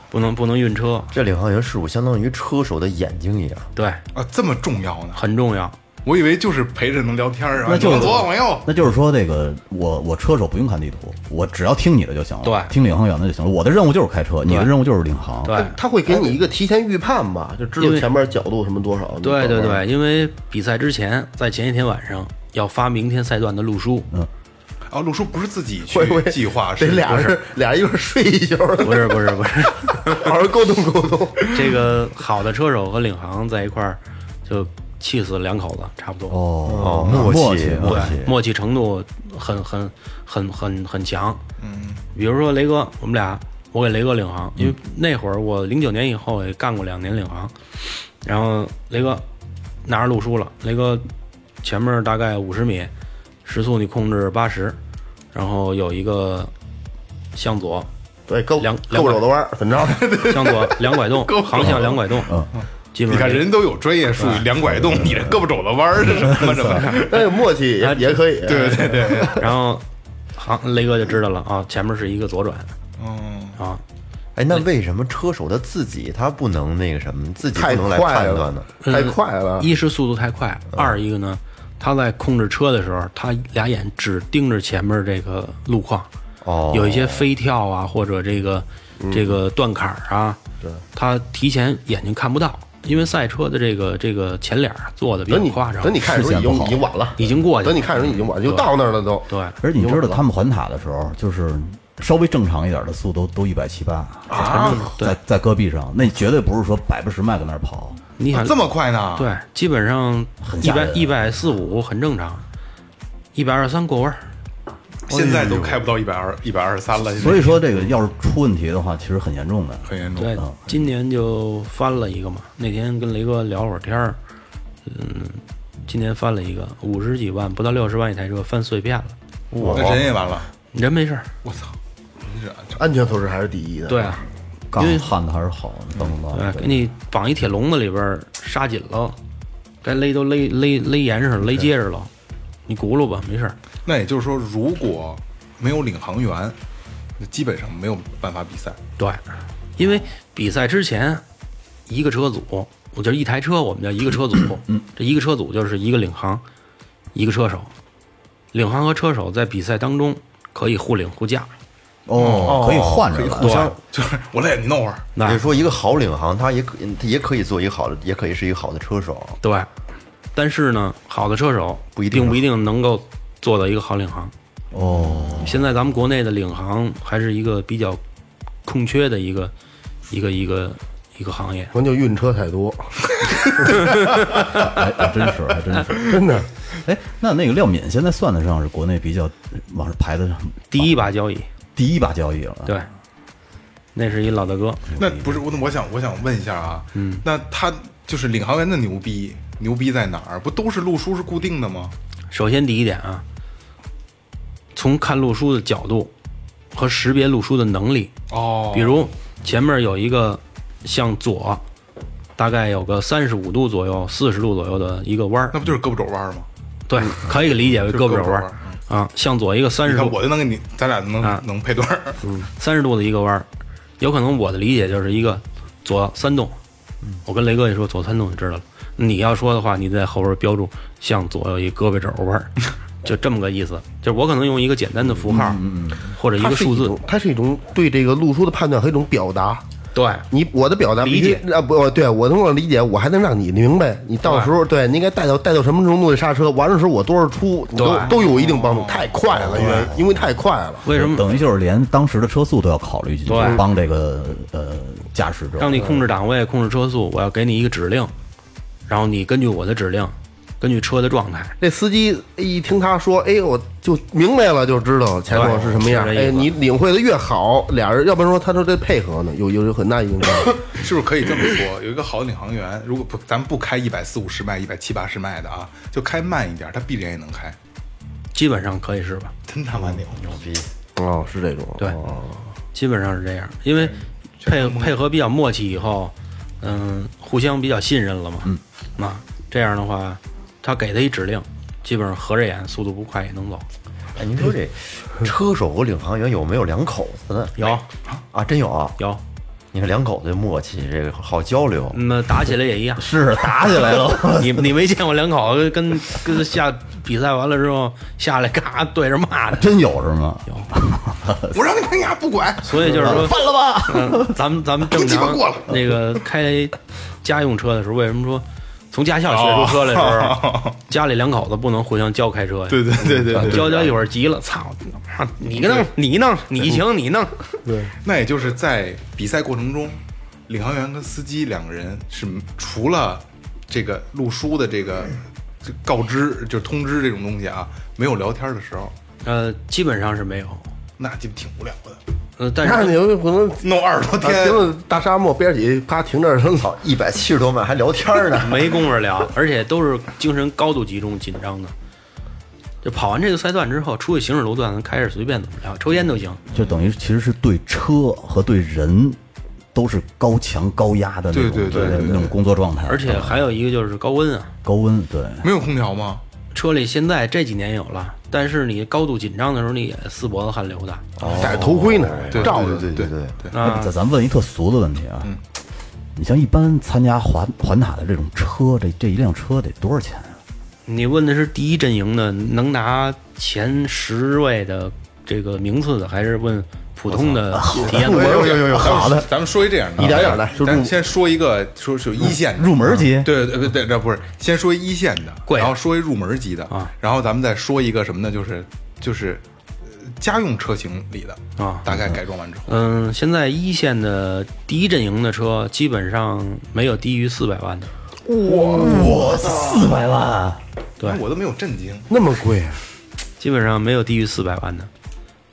F: 不能不能晕车，
G: 这领航员事故相当于车手的眼睛一样，
F: 对，
A: 啊，这么重要呢？
F: 很重要。
A: 我以为就是陪着能聊天儿啊，
E: 那就
A: 往左往右。
E: 那就是说，这个我我车手不用看地图，我只要听你的就行了，
F: 对
E: 听领航员的就行了。我的任务就是开车，你的任务就是领航，
F: 对
D: 他会给你一个提前预判吧，就知
F: 因
D: 道
F: 为
D: 前面角度什么多少。
F: 对
D: 你
F: 对
D: 等会儿
F: 对，因为比赛之前，在前一天晚上要发明天赛段的路书，
A: 啊，路书不是自己去
D: 会不会
A: 计划，
D: 得
A: 是
D: 俩
A: 不是
D: 人 俩人一块儿睡一宿，
F: 不是不是不是，
D: 好好沟通沟通。
F: 这个好的车手和领航在一块儿就气死两口子，差不多。
E: 哦，
G: 默契
E: 默契，默
F: 对，
E: 契，
F: 默契程度很很很很很强。嗯，比如说雷哥，我们俩，我给雷哥领航，因为
A: 嗯
F: 那会儿我零九年以后也干过两年领航，然后雷哥拿着路书了，雷哥前面大概五十米，时速你控制八十，然后有一个向左，
D: 对，够
F: 两
D: 够不
F: 两
D: 走的弯儿，怎么着？
F: 向左两 拐动，航向两拐动，
E: 嗯，
F: 基本
A: 你
F: 上
A: 看人都有专业术语，两拐动，你这胳膊肘子弯儿是什么什么？
D: 但有默契也也可以。
A: 对对对，
F: 然后航雷哥就知道了啊，前面是一个左转，
A: 嗯，
F: 啊，
G: 哎，那为什么车手他自己他不能那个什么，自己不
D: 太
G: 能来
D: 快
G: 判
D: 了
G: 断呢？，
D: 太快了。
F: 嗯一是速度太快，二一个呢，他在控制车的时候，他俩眼只盯着前面这个路况，
G: 哦，
F: 有一些飞跳啊，或者这个、这个断坎儿啊，对，他提前眼睛看不到，因为赛车的这个这个前脸儿啊做的比较
D: 等你
F: 夸张，
D: 等你看的时候已经已经晚了，
F: 已经过去了嗯
D: 等你看的时候已经晚了，就到那儿了都。
F: 对，
E: 而且你知道他们环塔的时候，就是稍微正常一点的速度都一百七八啊，在在戈壁上，那绝对不是说百八十迈搁那儿跑，
F: 你想、
A: 啊这么快呢？
F: 对，基本上
E: 很
F: 一
E: 吓
F: 百
E: 人
F: 一百四五很正常，一百二三过弯儿，
A: 现在都开不到一百二、一百二十三了，
E: 所以说这个要是出问题的话，其实很严重的。
A: 很严重。
F: 对，今年就翻了一个嘛。那天跟雷哥聊会儿天儿，嗯，今年翻了一个五十几万，不到六十万一台车翻碎片了，
A: 那人也完了，啊
F: 人没事儿。
A: 我操！
D: 安全措施还是第一的。
F: 对啊，
E: 杠
F: 因为
E: 焊的还是好，等等
F: 对，
E: 等
F: 啊给你绑一铁笼子里边儿刹紧了，该勒都勒勒勒严实了，勒结实了，你轱辘吧，没事儿。
A: 那也就是说，如果没有领航员，那基本上没有办法比赛。
F: 对，因为比赛之前一个车组，我就是一台车，我们叫一个车组。
G: 嗯
F: 这一个车组就是一个领航，一个车手。领航和车手在比赛当中可以互领互驾。
E: 哦，可以换着来，
A: 对，就是我累，你弄会儿。
F: 那
G: 也就是说，一个好领航，他也可他也可以做一个好的，也可以是一个好的车手。
F: 对，但是呢，好的车手
G: 不一定
F: 定不一定能够做到一个好领航。
E: 哦，
F: 现在咱们国内的领航还是一个比较空缺的一个一个一个一个行业。
D: 可能就晕车太多，
E: 还还真是，还真是。
D: 真的。
E: 哎，那那个廖敏现在算得上是国内比较往上排的
F: 第一把交椅，
E: 第一把交易了，
G: 啊
F: 对，那是一老大哥。
A: 那不是我，我想我想问一下啊，嗯，那他就是领航员的牛逼，牛逼在哪儿？不都是路书是固定的吗？
F: 首先第一点啊，从看路书的角度和识别路书的能力，
A: 哦，
F: 比如前面有一个向左，大概有个三十五度左右、四十度左右的一个弯儿
A: 那，不就是胳膊肘弯吗？
F: 对，可以理解为
A: 就是
F: 胳膊肘
A: 胳膊肘
F: 弯
A: 弯
F: 儿啊，向左一个三
A: 你
F: 十
A: 看
F: 度
A: 我，就能给你，咱俩能、
F: 啊
A: 能配对儿。
F: 三十度的一个弯儿，有可能我的理解就是一个左三动，
D: 嗯
F: 我跟雷哥一说左三动就知道了。你要说的话，你在后边标注向左有一胳膊肘 弯儿，就这么个意思。就是我可能用一个简单的符号，或者一
D: 嗯它
F: 个
D: 是
F: 数
D: 一
F: 字
D: 种，，它是一种对这个路书的判断和一种表达。
F: 对
D: 你我的表达必须
F: 理解
D: 啊不对，我能够理解，我还能让你明白。你到时候对，你应该带到带到什么程度的刹车，完了时候我多少出，你都
F: 对
D: 都有一定帮助。太快了，因为因为太快了。
F: 为什么
E: 等于就是连当时的车速都要考虑进去
F: 对，
E: 帮这个呃驾驶者
F: 让你控制档位、控制车速？我要给你一个指令，然后你根据我的指令，根据车的状态，
D: 这司机一听他说，哎，我就明白了，就知道前况是什么样。
F: 对是这意
D: 哎，
F: 思
D: 你领会的越好，俩人要不然说他说这配合呢，有有有很 大影响。
A: 是不是可以这么说？有一个好的领航员，如果不咱们不开一百四五十迈、一百七八十迈的啊，就开慢一点，他必然也能开。
F: 基本上可以是吧？
A: 真他妈牛！
G: 嗯
D: 哦，是这种。
F: 对，基本上是这样，因为配配合比较默契以后，嗯，互相比较信任了嘛。嗯，那这样的话，他给他一指令，基本上合着眼，速度不快也能走。
G: 哎，您说这车手和领航员有没有两口子呢？
F: 有
G: 啊，真有啊。
F: 哎有，
G: 你看两口子默契，这个好交流。
F: 那打起来也一样。
E: 是打起来了。
F: 你你没见过两口子跟跟下比赛完了之后下来嘎对着骂的，
E: 真有是吗？有，
A: 我让你看牙不管，
F: 所以就是说
E: 犯了吧？
F: 嗯，咱们咱们正
A: 鸡巴
F: 常
A: 过了
F: 那个开家用车的时候，为什么说从驾校
A: 哦
F: 学出车来 的时候，家里两口子不能互相教开车呀？
A: 对对对对对，
F: 教教一会儿急了，操，你弄你 弄你行你弄，
A: 那也就是在比赛过程中，领航员跟司机两个人是除了这个路书的这个这告知，就是通知这种东西啊，没有聊天的时候，
F: 呃，基本上是没有，
A: 那就挺无聊的。
F: 呃，但
D: 那
F: 是
D: 你有可 能
A: 弄二十多
D: 啊，
A: 天
D: 停，了大沙漠边儿起，啪停这儿，老
G: 一百七十多迈还聊天儿呢，
F: 没工夫聊，而且都是精神高度集中、紧张的。就跑完这个赛段之后，出去行驶路段，咱开始随便怎么聊，抽烟都行。
A: 嗯
E: 就等于其实是对车和对人都是高强高压的那种
A: 对对对对对
E: 那种工作状态，啊
F: 而且还有一个就是高温啊，
E: 高温对。
A: 没有空调吗？
F: 车里现在这几年有了，但是你高度紧张的时候，你也四脖子汗流的。
D: 戴着头盔呢，
E: 哦
A: 对
D: 罩着。
G: 对对对对
A: 对，
F: 那
E: 哎咱咱问一特俗的问题啊，
A: 嗯
E: 你像一般参加环环塔的这种车，这这一辆车得多少钱啊？
F: 你问的是第一阵营的能拿前十位的这个名次的，还是问普通的体验
A: 有
F: 过？
A: 有有有好的，咱们说一这样的，啊
D: 一点点来就
A: 咱
D: 入
A: 先说一个，说是一线的啊
E: 入门级
A: 对对对对，这不是先说一线的，
F: 贵啊
A: 然后说一入门级的
F: 啊，
A: 然后咱们再说一个什么呢？就是就是呃家用车型里的
F: 啊
A: 大概改装完之后，
F: 嗯，现在一线的第一阵营的车基本上没有低于四百万的。
E: 哇，四百万！啊
F: 对
A: 我都没有震惊，
D: 那么贵，
F: 基本上没有低于四百万的。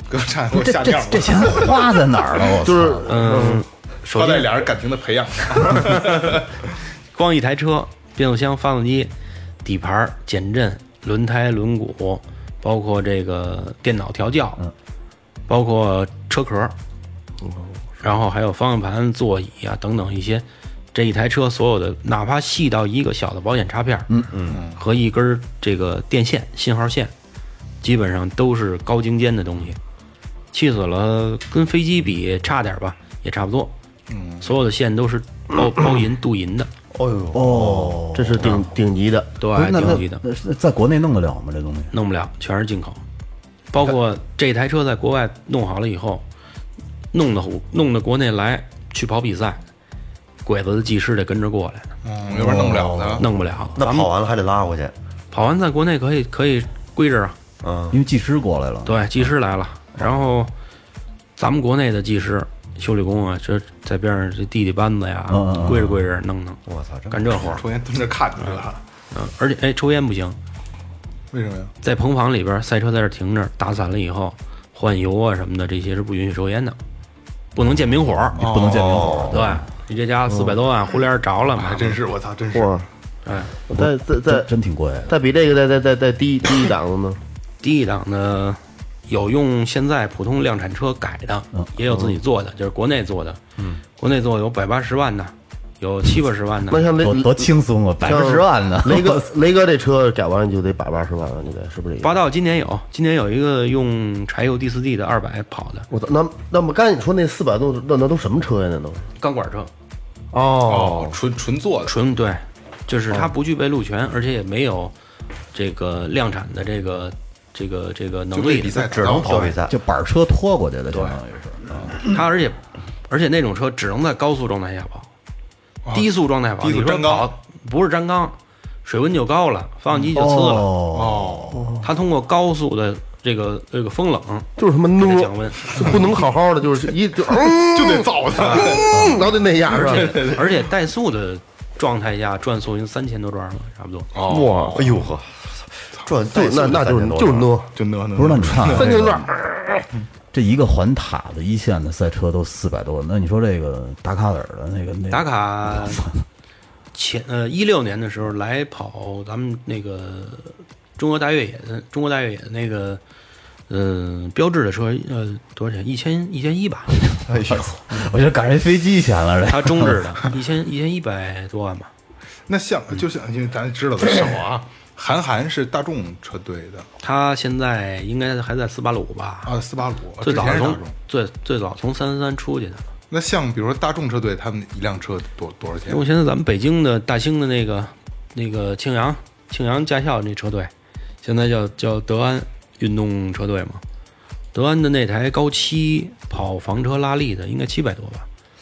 A: 哥差点给 我
E: 这
A: 吓
E: 这
A: 尿
E: 这
A: 了。
E: 钱花在哪儿了？我操
D: 就是
F: 嗯，首
A: 花在
F: 先
A: 俩人感情的培养上，
F: 光一台车，变速箱、发动机、底盘、减震、轮胎、轮毂，包括这个电脑调教，包括车壳，然后还有方向盘、座椅啊等等一些。这一台车所有的，哪怕细到一个小的保险插片，嗯嗯，和一根儿这个电线、信号线，基本上都是高精尖的东西。气死了，跟飞机比差点吧，也差不多。嗯，所有的线都是包包银镀银的，
E: 哦，
D: 这是顶顶级的，
F: 对
E: 不是，那
F: 挺
E: 那
F: 牛逼的，
E: 那是在国内弄得了吗？这东西
F: 弄不了，全是进口。包括这台车在国外弄好了以后，弄的弄的国内来去跑比赛，鬼子的技师得跟着过来，
A: 嗯，要不然弄不了
E: 啊
A: 的。
F: 弄不了。
G: 那跑完了还得拉回去，
F: 跑完在国内可以可以归置啊，
G: 嗯，
E: 因为技师过来了，
F: 对，技师来了，然后咱们国内的技师修理工啊，这在边上这地地班子呀
E: 嗯嗯嗯，
F: 归着归着弄弄，
G: 我操，真
F: 干这活儿。
A: 抽烟蹲着看着了，
F: 嗯，而且哎，抽烟不行，
A: 为什么呀？
F: 在棚房里边，赛车在这停着，打散了以后换油啊什么的，这些是不允许抽烟的，不能见明火。
E: 你不能见明火。
F: 对，你这家四百多万，呼连着了嘛
A: 还？真是我操，真是
D: 哇！
F: 哎，
D: 再再
E: 真
D: 再
E: 真挺贵的，
D: 再比这个再再再再低低一档的 呢？
F: 第一档呢，有用现在普通量产车改的，也有自己做的，就是国内做的。嗯，国内做有百八十万的，有七八十万的
D: 那。像雷
E: 多多轻松啊，百分之十万呢！
D: 雷哥雷哥这车改完就得百八十万了，应该是不是这
F: 霸
D: 个？
F: 道今年有，今年有一个用柴油 DCD 的二百跑的
D: 我操那那么刚才你说那四百多，那那都什么车呀？那都
F: 钢管车，
A: 哦，纯纯做的，
F: 纯对，就是
A: 哦
F: 它不具备路权，而且也没有这个量产的这个这个这个
A: 就
F: 能
A: 为
F: 力
A: 比赛
G: 只能跑比赛，
E: 就板车拖过去的，相当于是。
F: 它而且而且那种车只能在高速状态下跑，低速状态跑，
A: 哦低速
F: 你说
A: 粘缸
F: 跑不是粘缸，水温就高了，发动机就呲了。
E: 哦，
F: 它通过高速的这个这个风冷
D: 就是他妈
F: 给它
D: 呢
F: 降温，
D: 就不能好好的，就是一就嗯，
A: 就得造它。
D: 嗯老得那样是吧？
F: 而且怠速的状态下转速已经三千多转了，差不多。
D: 哇，
G: 哎呦呵，转
D: 对，那那就是就是
G: 呢，
D: 呢，
A: 就呢呢，
E: 不是，那你看啊
D: 三千段，
E: 这一个环塔的一线的赛车都四百多，那你说这个达喀尔的那个那
F: 打卡前呃一六年的时候来跑咱们那个中国大越野的中国大越野的那个嗯、呃标志的车呃多少钱？一千一千一吧，
G: 哎呦，
E: 我觉得赶上一飞机钱了，这
F: 它中置的，一千一千一百多万吧。
A: 那像就像因为咱知道的少
F: 嗯
A: 啊，韩寒是大众车队的
F: 他现在应该还在斯巴鲁吧？
A: 啊，斯巴鲁
F: 最
A: 之
F: 早
A: 前是大
F: 从
A: 众。
F: 最最早从三三三出去的。
A: 那像比如说大众车队，他们一辆车多多少钱
F: 因为？现在咱们北京的大兴的那个那个庆阳庆阳驾校那车队，现在叫叫德安运动车队嘛。德安的那台高七跑房车拉力的，应该七百多吧？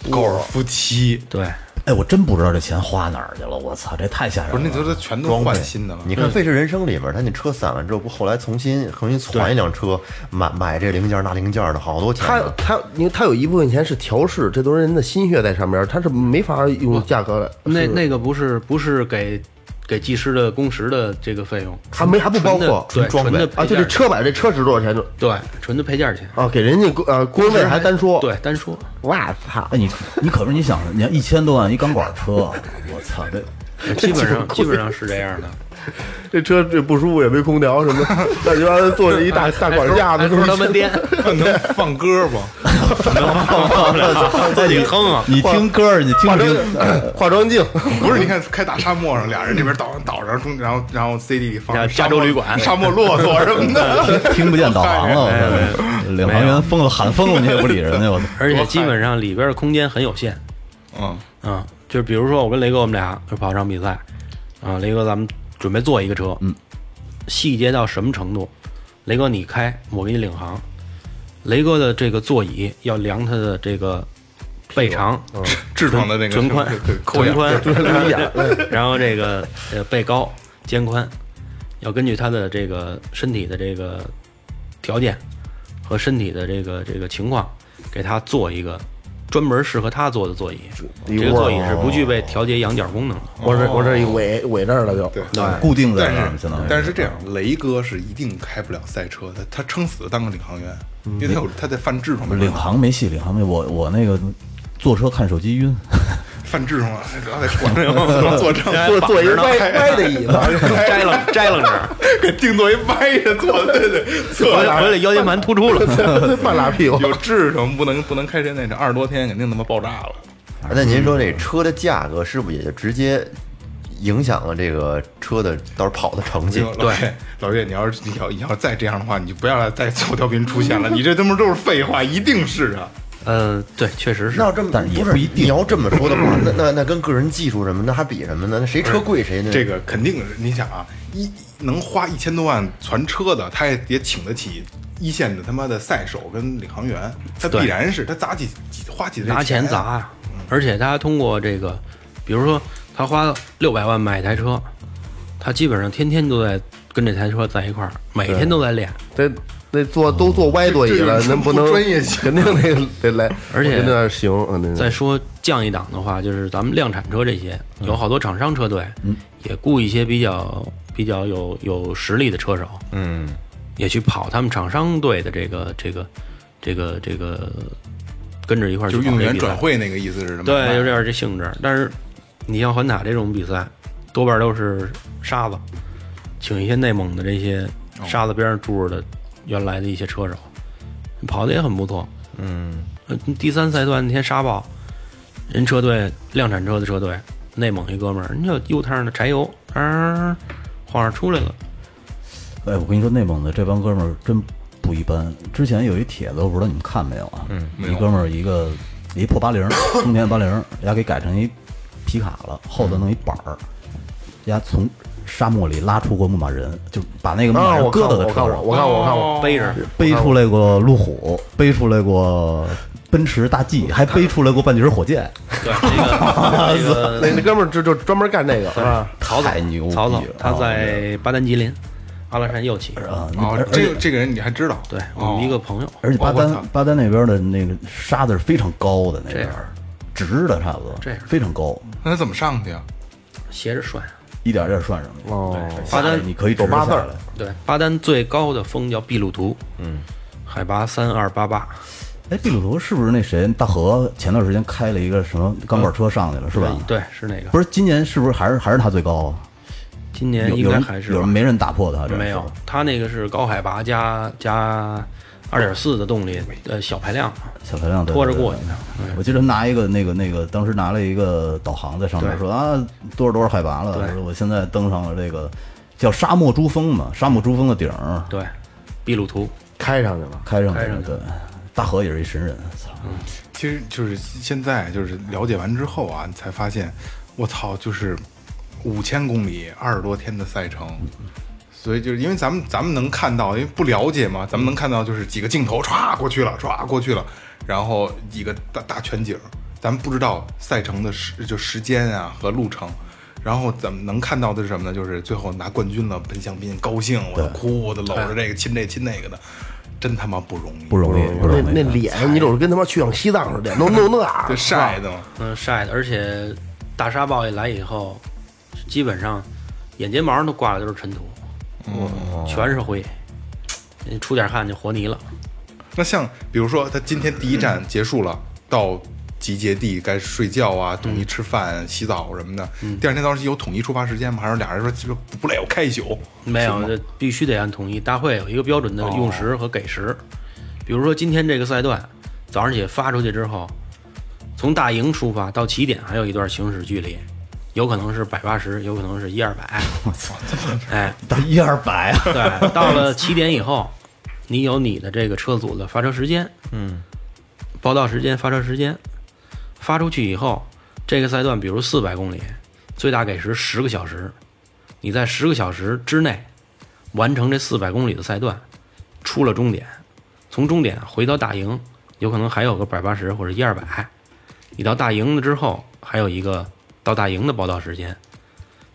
A: 高尔夫七，
F: 对，
E: 哎，我真不知道这钱花哪儿去了，我操，这太吓人
A: 不
E: 了。
A: 是那都是全都换新的了。
G: 你看《费氏人生》里面，他那车散了之后，不后来重新重新攒一辆车，买买这零件那零件的好多钱
D: 他
G: 呢。
D: 他，因为他有一部分钱是调试，这都是人的心血在上面，他是没法用价格来。
F: 那
D: 是
F: 那个不是不是给给技师的工时的这个费用，
D: 还没还不包
F: 纯的
D: 括
F: 对
G: 装
F: 纯的
D: 啊，
F: 配
D: 就
F: 件
D: 这
F: 儿
D: 车买这车值多少钱就
F: 对纯的配件儿钱，
D: 啊，给人家工呃工位还单说。，
F: 对单说
D: 我操，
E: 哎，你你可是你想，你要一千多万一钢管车，我操，这
F: 基本上基本上是这样的。
D: 这车这不舒服也没空调 什么，那就让他坐着一大大管架子，
F: 还说他们颠，
A: 能放歌 吗？
F: 自己哼 啊。
E: 你听歌儿，你听
D: 化
E: 不
D: 妆
E: 听？
D: 化妆镜，
A: 不是，你看开大沙漠上，俩人这边倒倒着，中然后然后 CD 里放
F: 然后
A: 沙
F: 加州
A: 漠
F: 旅馆
A: 沙漠骆驼什么的，
E: 听不见导航了，我操！领航员疯了，喊疯了，你也不理人家，我操！
F: 而且基本上里边的空间很有限，
A: 嗯，
F: 嗯，就是比如说我跟雷哥我们俩就跑场比赛，啊，雷哥咱们准备做一个车，嗯，细节到什么程度？雷哥你开，我给你领航。雷哥的这个座椅要量他的这个背长、
A: 痔疮的那个
F: 臀宽
A: 对对、抠
F: 臀
A: 眼，
F: 宽，
D: 对眼
F: 然后这个呃背高、肩宽，要根据他的这个身体的这个条件和身体的这个这个情况，给他做一个专门适合他坐的座椅。这个座椅是不具备调节仰角功能的。
D: 我这我这一尾尾这儿了就，
A: 对
E: 固定在
A: 但
E: 那儿，
A: 是
E: 相当于。
A: 但是是这样，雷哥是一定开不了赛车的，他撑死当个领航员，因为他有他在犯痔疮的时候，
E: 领航没戏，领航没我我那个坐车看手机晕，
A: 犯痔疮了，哎然后得管着 坐 正，
D: 坐坐一个歪歪的椅子，
F: 摘了摘楞着，
A: 给定做一歪着坐， 对对，
F: 回
A: 侧
F: 来
A: 着。
F: 回来腰间盘突出了。
D: 半拉屁股，
A: 有痔疮不能不能开车那场，二十多天肯定他妈爆炸了。
G: 哎那您说这车的价格是不是也就直接影响了这个车的到时候跑的成绩？
A: 老岳，老岳，你要是你要你要再这样的话，你就不要再左调频出现了，你这他妈都是废话，一定是啊。
F: 呃，对，确实是
G: 那。要这 么，
E: 但是也
G: 不
E: 不
G: 是
E: 一定
G: 你要这么说的话，那那那跟个人技术什么，那还比什么呢？那谁车贵谁呢？
A: 这个肯定是你想啊，一能花一千多万传车的，他也也请得起一线的他妈的赛手跟领航员，他必然是他砸几几花几
F: 拿
A: 钱啊
F: 钱砸呀，而且他通过这个，比如说他花六百万买一台车，他基本上天天都在跟这台车在一块儿，每天都在练，
D: 这那坐都坐歪座椅了，
A: 这这
D: 那不能
A: 不专业性
D: 肯定得得来，
F: 而且
D: 我觉得行，嗯，那
F: 再说降一档的话，就是咱们量产车这些，
A: 嗯
F: 有好多厂商车队，也雇一些比较比较有有实力的车手，嗯，也去跑他们厂商队的这个这个这个这个跟着一块儿去
A: 就是运
F: 跑
A: 动
F: 这
A: 员
F: 比赛
A: 转会那个意思是什么？
F: 对，有点这性质。但是你像环塔这种比赛，多半都是沙子，请一些内蒙的这些沙子边上住着的原来的一些车手，跑的也很不错。嗯，第三赛段那天沙暴，人车队量产车的车队，内蒙一哥们儿，人就右摊上的柴油，啊，晃上出来了。
E: 哎，我跟你说，内蒙的这帮哥们儿真不一般。之前有一帖子，我不知道你们看没有啊？嗯，一哥们儿一个一破八零，丰田八零，人家给改成一皮卡了，后头弄一板儿，人家从沙漠里拉出过牧马人，就把那个牧马
D: 啊，
E: 人
D: 我看
E: 疙瘩
D: 过，
E: 的车
D: 我看过，
E: 上
D: 我看过，我看过，
F: 背着
E: 背出来过路虎，背出来过奔驰大 G，还背出来过半截火箭，
F: 对那个那个
D: 那那哥们儿就就专门干那个啊，
F: 曹
E: 太牛
F: 总，曹总
E: 逼了
F: 他在巴丹吉林阿拉善右起，
E: 啊，那
A: 哦，这个这个人你还知道？哦
F: 对我们一个朋友。
E: 而且巴
A: 我操
E: 丹巴丹那边的那个沙子是非常高的，那边
F: 这样
E: 直的差不多，
F: 这样
E: 非常高，
A: 那他怎么上去啊？
F: 斜着涮。
E: 一点儿一点儿涮上去。哦，
F: 巴丹
E: 你可以走
D: 八字儿
E: 来，
F: 对，巴丹最高的峰叫毕鲁图，嗯，海拔三二八八，
E: 哎，秘鲁图是不是那谁大河前段时间开了一个什么钢管车上去了，是吧？
F: 对，是那个。
E: 不
F: 是，
E: 是今年是不是还是还是他最高啊？
F: 今年
E: 有
F: 应
E: 有
F: 该
E: 人
F: 还是
E: 有人没人打破他，这
F: 没有，他那个是高海拔加加二点四的动力，呃，小排量，
E: 小排量对
F: 拖着过去
E: 对
F: 的。
E: 对我记得拿一个那个那个，当时拿了一个导航在上面说啊，多少多少海拔了。
F: 对
E: 说我现在登上了这个叫沙漠珠峰嘛，沙漠珠峰的顶儿，
F: 对，比鲁图，
D: 开上去了。
E: 开上去
F: 开
E: 了。
F: 上去
E: 对，大河也是一神人，操！
A: 其实就是现在就是了解完之后啊，你才发现，我操，就是五千公里二十多天的赛程。所以就是因为咱们咱们能看到，因为不了解嘛，咱们能看到就是几个镜头唰过去了，唰过去了，然后几个大大全景，咱们不知道赛程的时就时间啊和路程，然后咱们能看到的是什么呢？就是最后拿冠军了，奔向斌高兴，我要哭，我得搂着这个亲这亲那个的，真他妈不容易，
E: 不容易，不容
D: 嗯那
E: 易。
D: 那脸，你老是跟他妈去往西藏似的，弄弄那
A: 这晒的嘛。
F: 嗯，晒的，而且大沙暴一来以后，基本上眼睫毛上都挂的都是尘土，
E: 哦
F: 全是灰，你出点汗就活泥了。
A: 那像比如说，他今天第一站结束了，到集结地该睡觉啊，统一吃饭、洗澡什么的。
F: 嗯
A: 第二天早上有统一出发时间吗？还是俩人说就是不累，我开一宿？
F: 没
A: 行
F: 有，
A: 吗
F: 这必须得按统一。大会有一个标准的用时和给时，比如说今天这个赛段，早上起发出去之后，从大营出发到起点还有一段行驶距离，有可能是百八十，有可能是一二百。 我操！哎，
E: 到一二百 啊，
F: 对，到了起点以后，你有你的这个车组的发车时间，嗯，报到时间、发车时间，发出去以后，这个赛段比如四百公里，最大给时十个小时，你在十个小时之内完成这四百公里的赛段，出了终点，从终点回到大营，有可能还有个百八十或者一二百，你到大营了之后，还有一个到大营的报到时间，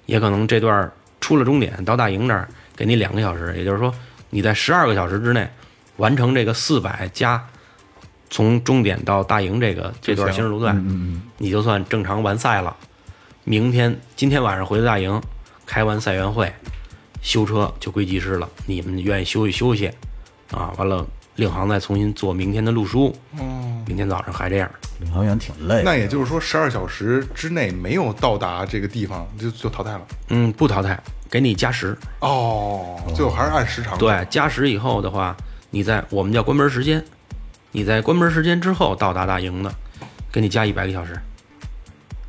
F: 也可能这段儿出了终点到大营这儿给你两个小时，也就是说你在十二个小时之内完成这个四百加从终点到大营这个这段行驶路段，你就算正常完赛了。明天今天晚上回大营开完赛员会，修车就归技师了，你们愿意休息休息啊，完了领航再重新做明天的路书，明天早上还这样。
E: 领航员挺累的。
A: 那也就是说，十二小时之内没有到达这个地方就就淘汰了。
F: 嗯，不淘汰，给你加时。
A: 哦，最后还是按时长。，
F: 对，加时以后的话，你在我们叫关门时间，你在关门时间之后到达大营的，给你加一百个小时，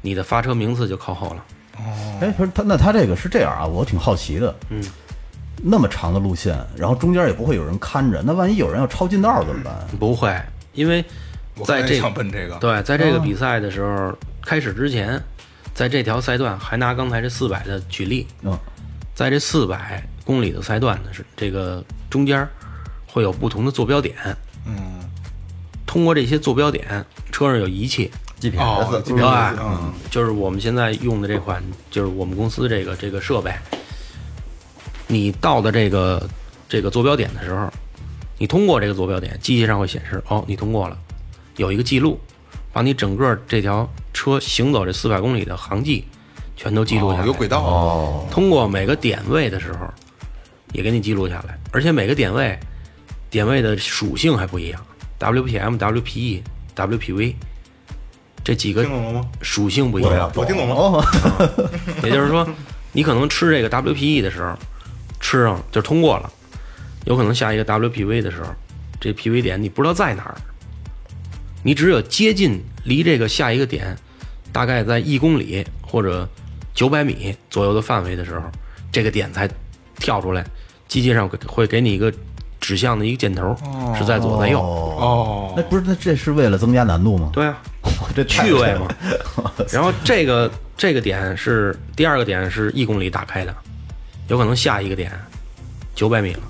F: 你的发车名次就靠后了。
E: 哎，不是他，那他这个是这样啊，我挺好奇的。嗯，那么长的路线，然后中间也不会有人看着，那万一有人要抄近道怎么办？
F: 不会，因为
A: 我刚
F: 在
A: 才
F: 这
A: 想问这个，
F: 对，在这个比赛的时候，开始之前，在这条赛段，还拿刚才这四百的举例，
E: 嗯，
F: 在这四百公里的赛段呢，是这个中间儿会有不同的坐标点，嗯，通过这些坐标点，车上有仪器，
A: 哦，
F: 对，
A: 嗯，
F: 啊就是我们现在用的这款，就是我们公司这个这个设备。你到的这个这个坐标点的时候，你通过这个坐标点，机器上会显示哦，你通过了，有一个记录，把你整个这条车行走这四百公里的航迹全都记录下来。
A: 哦有轨道哦，
F: 通过每个点位的时候，也给你记录下来，而且每个点位点位的属性还不一样，WPM、WPE、WPV E，这几个
A: 听懂了吗？
F: 属性不一样。
A: 我听懂了。
E: 哦，
F: 也就是说，你可能吃这个 WPE 的时候，吃上就通过了，有可能下一个 WPV 的时候，这 PV 点你不知道在哪儿，你只有接近离这个下一个点大概在一公里或者九百米左右的范围的时候，这个点才跳出来，机器上会会给你一个指向的一个箭头，是在左在右。
A: 哦，
E: 那不是那这是为了增加难度吗？
F: 对啊，
E: 这太
F: 趣味嘛。然后这个这个点是第二个点是一公里打开的，有可能下一个点九百米了，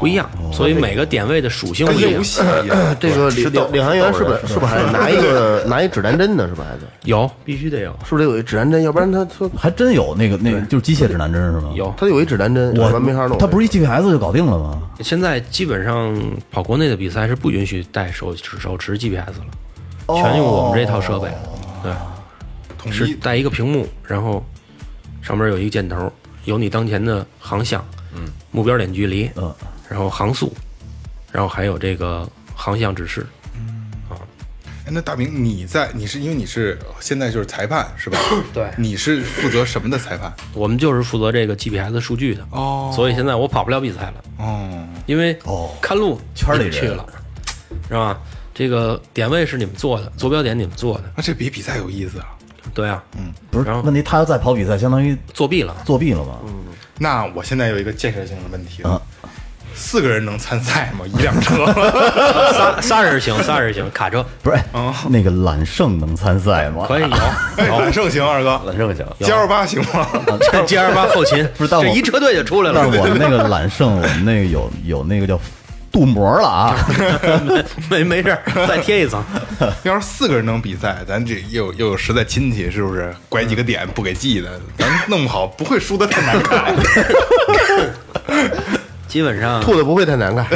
F: 不一样。所以每个点位的属性不
A: 哦跟
F: 一
A: 游
F: 样。
A: 戏一 样。
D: 这个领领领航员是不是是不是还得拿一个拿一指南针呢？是不是还得？
F: 有必须得有
D: 是不是得有一指南针？要不然他他
E: 还真有那个那个，就是机械指南针是吗？
F: 有。
D: 他有一指南针，要不
E: 我
D: 然没法弄。
E: 他不是一 GPS 就搞定了吗？
F: 现在基本上跑国内的比赛是不允许带手持手持 GPS 了，哦全用我们这套设备了。对，
A: 统
F: 是
A: 一
F: 带一个屏幕，然后上面有一个箭头，有你当前的航向，嗯，目标点距离，
E: 嗯，
F: 然后航速，然后还有这个航向指示。
A: 哎那大明，你在你是因为你是现在就是裁判是吧？
F: 对
A: 你是负责什么的裁判？
F: 我们就是负责这个 GPS 的数据的，
A: 哦
F: 所以现在我跑不了比赛了，
A: 哦，
F: 因为
E: 哦
F: 看路
E: 圈里人
F: 去了，是吧？这个点位是你们做的，坐标点你们做的，
A: 那这比比赛有意思啊！
F: 对啊，嗯，
E: 不是
F: 然后嗯
E: 问题，他要再跑比赛，相当于
F: 作弊了，
E: 作弊了吧？
A: 那我现在有一个建设性的问题了
E: 啊
A: 四个人能参赛吗？一辆车？
F: 仨仨人行，仨人行，卡车
E: 不是，哎 那个揽胜能参赛吗？
F: 哦可以
A: 哎，
F: 有，
A: 揽胜行，二哥，
G: 冷正经，
A: 加二八行
G: 啊
A: 吗？
F: 这 G 二八后勤，
E: 不是但我
F: 这一车队就出来
E: 但是
F: 了，
E: 我们那个揽胜，我们那个有有那个叫镀膜了啊，
F: 没没事儿，再贴一层，
A: 要是四个人能比赛，咱这又又有实在亲戚，是不是？拐几个点不给记的，咱弄不好不会输的太难看。
F: 基本上
D: 吐的不会太难看。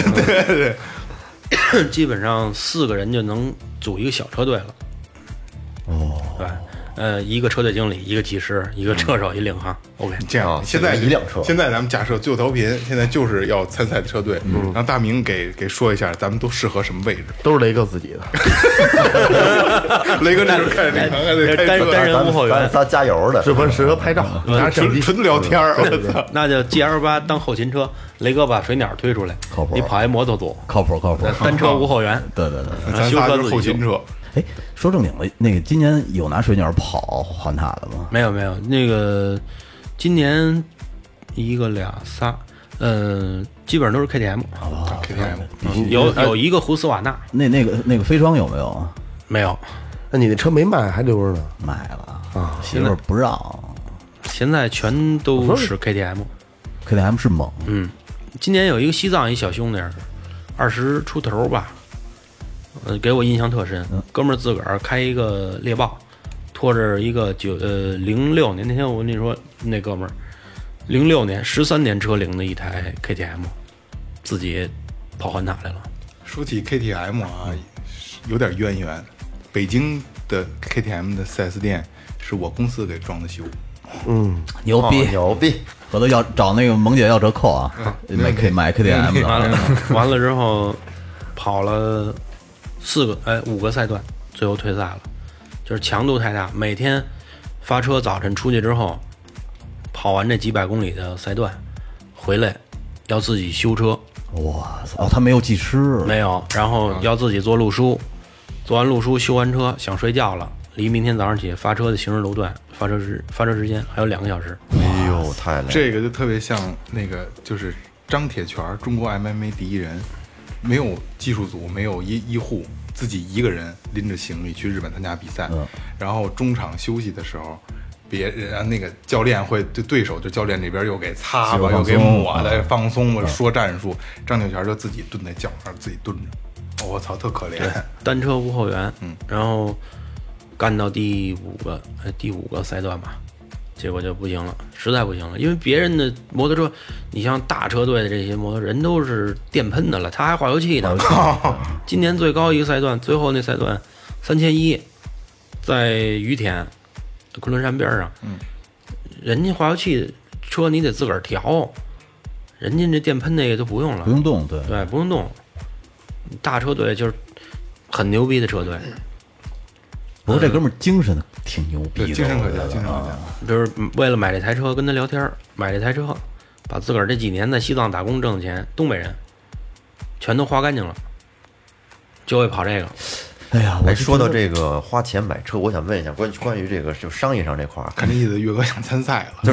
F: 基本上四个人就能组一个小车队了。哦，对，呃，一个车队经理，一个技师，一个车手，一领航。OK，
A: 这样
G: 啊，
A: 现在
G: 一辆车
A: 现在咱们假设最后调频，现在就是要参赛的车队，
G: 嗯
A: 让大明给给说一下，咱们都适合什么位置？
D: 都是雷哥自己的，
A: 雷哥那时候看着领航还得开
F: 单
A: 车啊
F: 单人
G: 咱
F: 无后
G: 咱
F: 援，
G: 仨加油的，
D: 这不是适合拍照，拿着相
A: 纯
D: 机
A: 纯聊天儿，我操！
F: 那就 G L 八当后勤车，雷哥把水鸟推出来，
E: 靠谱
F: 你跑一摩托组，
E: 靠谱靠谱。
F: 单车无后援，
E: 对对对对，
A: 咱
F: 修
A: 仨
F: 车
A: 就是
F: 自己
A: 后勤
F: 修
A: 车，
E: 哎，说正经的，那个今年有拿水鸟跑环塔的吗？
F: 没有没有，那个今年一个俩仨，呃，基本上都是 K T M，
A: 啊 KTM
F: 有有一个胡斯瓦纳
E: 那那个那个飞霜有没有
F: 没有，
D: 那你那车没卖，还留着呢。
E: 买了啊？媳妇儿不让
F: 现在全都是 K T M。
E: ，K T M 是猛，
F: 嗯，今年有一个西藏一小兄弟儿，二十出头吧，呃，给我印象特深。哥们儿自个儿开一个猎豹，拖着一个九呃零六年那天我跟你说那哥们儿，零六年十三年车龄的一台 KTM，自己跑环塔来了。
A: 说起 KTM 啊，有点渊源。北京的 KTM 的 4S 店是我公司给装的修，
E: 牛
G: 哦
E: 逼！
G: 牛逼，
E: 回头要找那个萌姐要折扣啊，买 K 买 K T M 的
F: 完
E: 啊
F: 嗯了， 完了之后跑了四个哎五个赛段，最后退赛了，就是强度太大，每天发车早晨出去之后，跑完这几百公里的赛段，回来要自己修车，
E: 哇塞！哦，他没有技师，
F: 没有，然后要自己做路书，做完路书修完车想睡觉了，离明天早上起发车的行驶路段发车时发车时间还有两个小时，
G: 哎呦，太累了，
A: 这个就特别像那个就是张铁泉，中国 MMA 第一人，没有技术组，没有医医护，自己一个人拎着行李去日本参加比赛，然后中场休息的时候。别人啊，那个教练会对对手，就教练这边又给擦吧，又给抹的，放松吧，说战术。张铁泉就自己蹲在脚上，自己蹲着。哦我操，特可怜。
F: 单车无后援，嗯，然后干到第五个，哎，第五个赛段吧，结果就不行了，实在不行了，因为别人的摩托车，你像大车队的这些摩托人都是电喷的了，他还化油器呢。 今年最高一个赛段，最后那赛段三千一，在于田昆仑山边上，嗯，人家化油器车你得自个儿调，人家这电喷那个就不用了
E: 不，用动，对，
F: 对，不用动。大车队就是很牛逼的车队，
E: 不过这哥们儿精神挺牛逼
A: 对，
E: 的，
A: 精神可
E: 我觉
A: 嘉，
E: 得嗯
A: 精神可嘉。
F: 就是为了买这台车跟他聊天儿，买这台车，把自个儿这几年在西藏打工挣的钱，东北人全都花干净了，就会跑这个。
E: 哎呀，我
G: 哎，说到这个花钱买车，我想问一下关关于这个就商业上这块儿，
A: 看这意思，岳哥想参赛了。
G: 就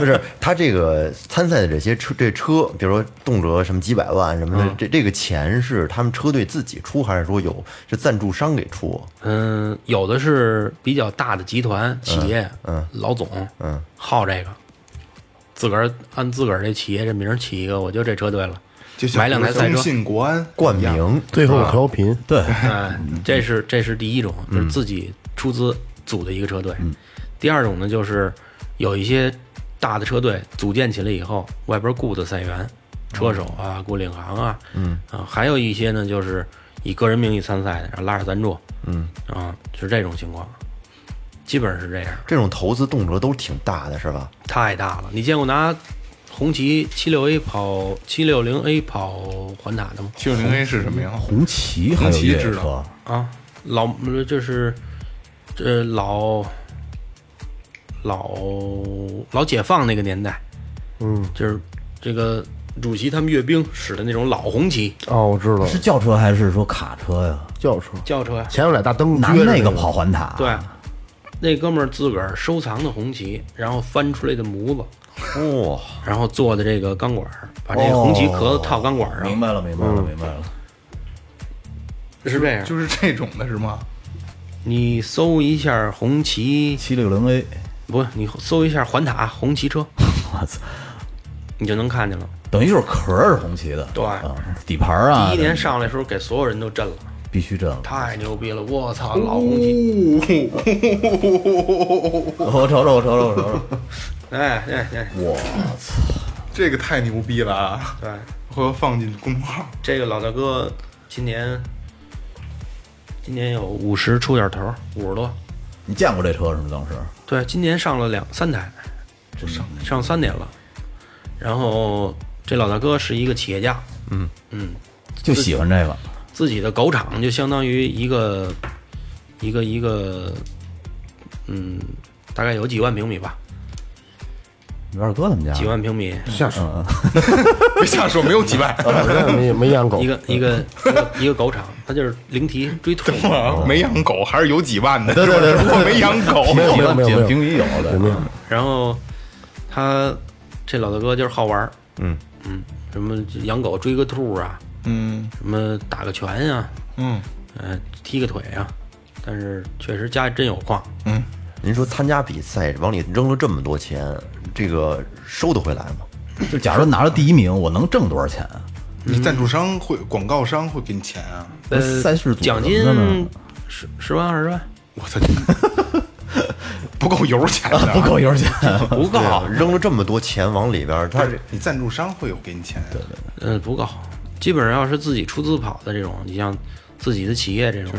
G: 就是他这个参赛的这些车，这车，比如说动辄什么几百万什么
D: 嗯
G: 的，这这个钱是他们车队自己出，还是说有是赞助商给出？
F: 嗯，有的是比较大的集团企业，嗯，老总，嗯，好这个，自个儿按自个儿这企业这名儿起一个，我就这车队了，
A: 就像
F: 买两台赛
A: 中
F: 车，
A: 信国安
G: 冠名
D: 最后调频，
E: 对，
F: 哎，这是这是第一种，就是自己出资组的一个车队。第二种呢，就是有一些大的车队组建起来以后，外边雇的赛员、车手啊、雇领航啊，嗯啊，还有一些呢，就是以个人名义参赛的，然后拉着赞助，嗯啊，是这种情况，基本上是这样，
G: 这种投资动辄都挺大的，是吧？
F: 太大了。你见过拿红旗七六 A 跑七六零 A 跑环塔的吗？
A: 七六零 A 是什么呀？
E: 红旗还有
A: 红旗
E: 越野
A: 知道
E: 车，
F: 啊，老就是呃老老老解放那个年代，嗯，就是这个主席他们阅兵使的那种老红旗
D: 哦，我知道了，
E: 是轿车还是说卡车呀？
D: 轿车，
F: 轿车呀，
D: 前面俩大灯，
E: 拿
D: 撅着
E: 那个跑环塔，
F: 对，那哥们儿自个儿收藏的红旗，然后翻出来的模子，
G: 哇，
F: 然后做的这个钢管儿，把这个红旗壳子套钢管儿上，
E: 明白了，明白了，明白了。
F: 是这样。
A: 就是这种的是吗？
F: 你搜一下红旗，
E: 七六零 A，
F: 不是你搜一下环塔红旗车，
E: 我操，
F: 你就能看见了。
E: 等于就是壳儿是红旗的，
F: 对
E: 啊，底盘儿啊，
F: 第一年上来的时候，给所有人都震了，
E: 必须震了。
F: 太牛逼了！我操，老红旗，
E: 我瞅瞅，我瞅瞅，我瞅瞅，
F: 哎哎哎，
A: 这个太牛逼了啊！
F: 对，
A: 回头放进公众号。
F: 哎 这个老大哥今年今年有五十出点头儿，五十多。
E: 你见过这车是吗？当时
F: 对，今年上了两三台，上上三年了。然后这老大哥是一个企业家，
E: 就喜欢这个，
F: 自己的狗场就相当于一个一个一个，嗯，大概有几万平米吧，
E: 你二哥他们家
F: 几万平米，
D: 下手，
A: 别瞎说，没有几万，
D: 没没养狗
F: 一，个一个一个一个狗场，它就是灵蹄追兔，
A: 没养狗还是有几万的。对对对，如果没养狗，
E: 哦没有
D: 没有没有
E: 几
D: 没
E: 万
D: 有
E: 平米有的，
D: 没有
F: 然后他这老大哥就是好玩儿，嗯嗯，什么养狗追个兔啊，
A: 嗯
F: 什么打个拳呀、
A: 嗯，
F: 呃，踢个腿呀、但是确实家里真有矿，
G: 您说参加比赛往里扔了这么多钱，这个收得回来吗？
E: 就假如拿了第一名，我能挣多少钱啊？
A: 你赞助商会、广告商会给你钱啊？
F: 呃，
E: 赛事组织
F: 奖金
E: 什么
F: 十十万二十万
A: 我操， 不够油钱的，
E: 不。够油钱，
F: 不够，
D: 啊
G: 扔了这么多钱往里边儿，他
A: 你赞助商会有给你钱、啊，
F: 嗯，不够，基本上要是自己出资跑的这种，你像自己的企业这种，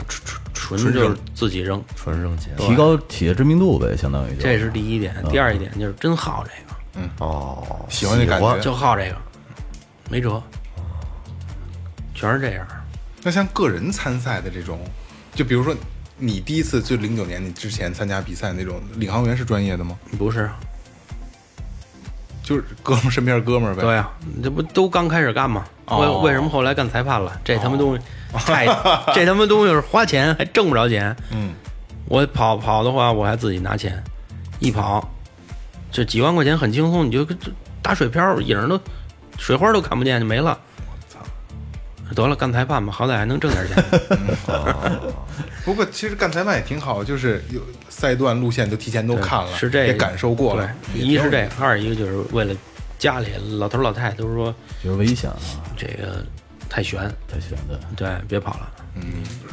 F: 纯纯就是自己扔，
G: 纯扔钱
E: 提高企业知名度呗，相当于就
F: 这是第一点。第二一点就是真好这个，
G: 哦，
A: 喜欢这感
G: 喜欢
A: 觉。
F: 就好这个，没辙，全是这样。
A: 那像个人参赛的这种，就比如说你第一次就零九年你之前参加比赛那种，领航员是专业的吗？
F: 不是，
A: 就是哥们儿身边哥们儿呗。
F: 对呀、这不都刚开始干吗？
A: 哦
F: 为为什么后来干裁判了？这他妈东西，太 这他妈东西是花钱还挣不着钱。
A: 嗯，
F: 我跑跑的话，我还自己拿钱，一跑这几万块钱很轻松，你就跟这打水漂，影儿都水花都看不见就没了。得了，干裁判吧，好歹还能挣点钱。
A: 不过其实干裁判也挺好，就是有赛段路线就提前都看了，
F: 是这个
A: 也感受过了。
F: 对，一是这个，二一个就是为了家里老头老太太都说
E: 觉得危险啊，
F: 这个太悬，
E: 太悬的。
F: 对，别跑了。嗯，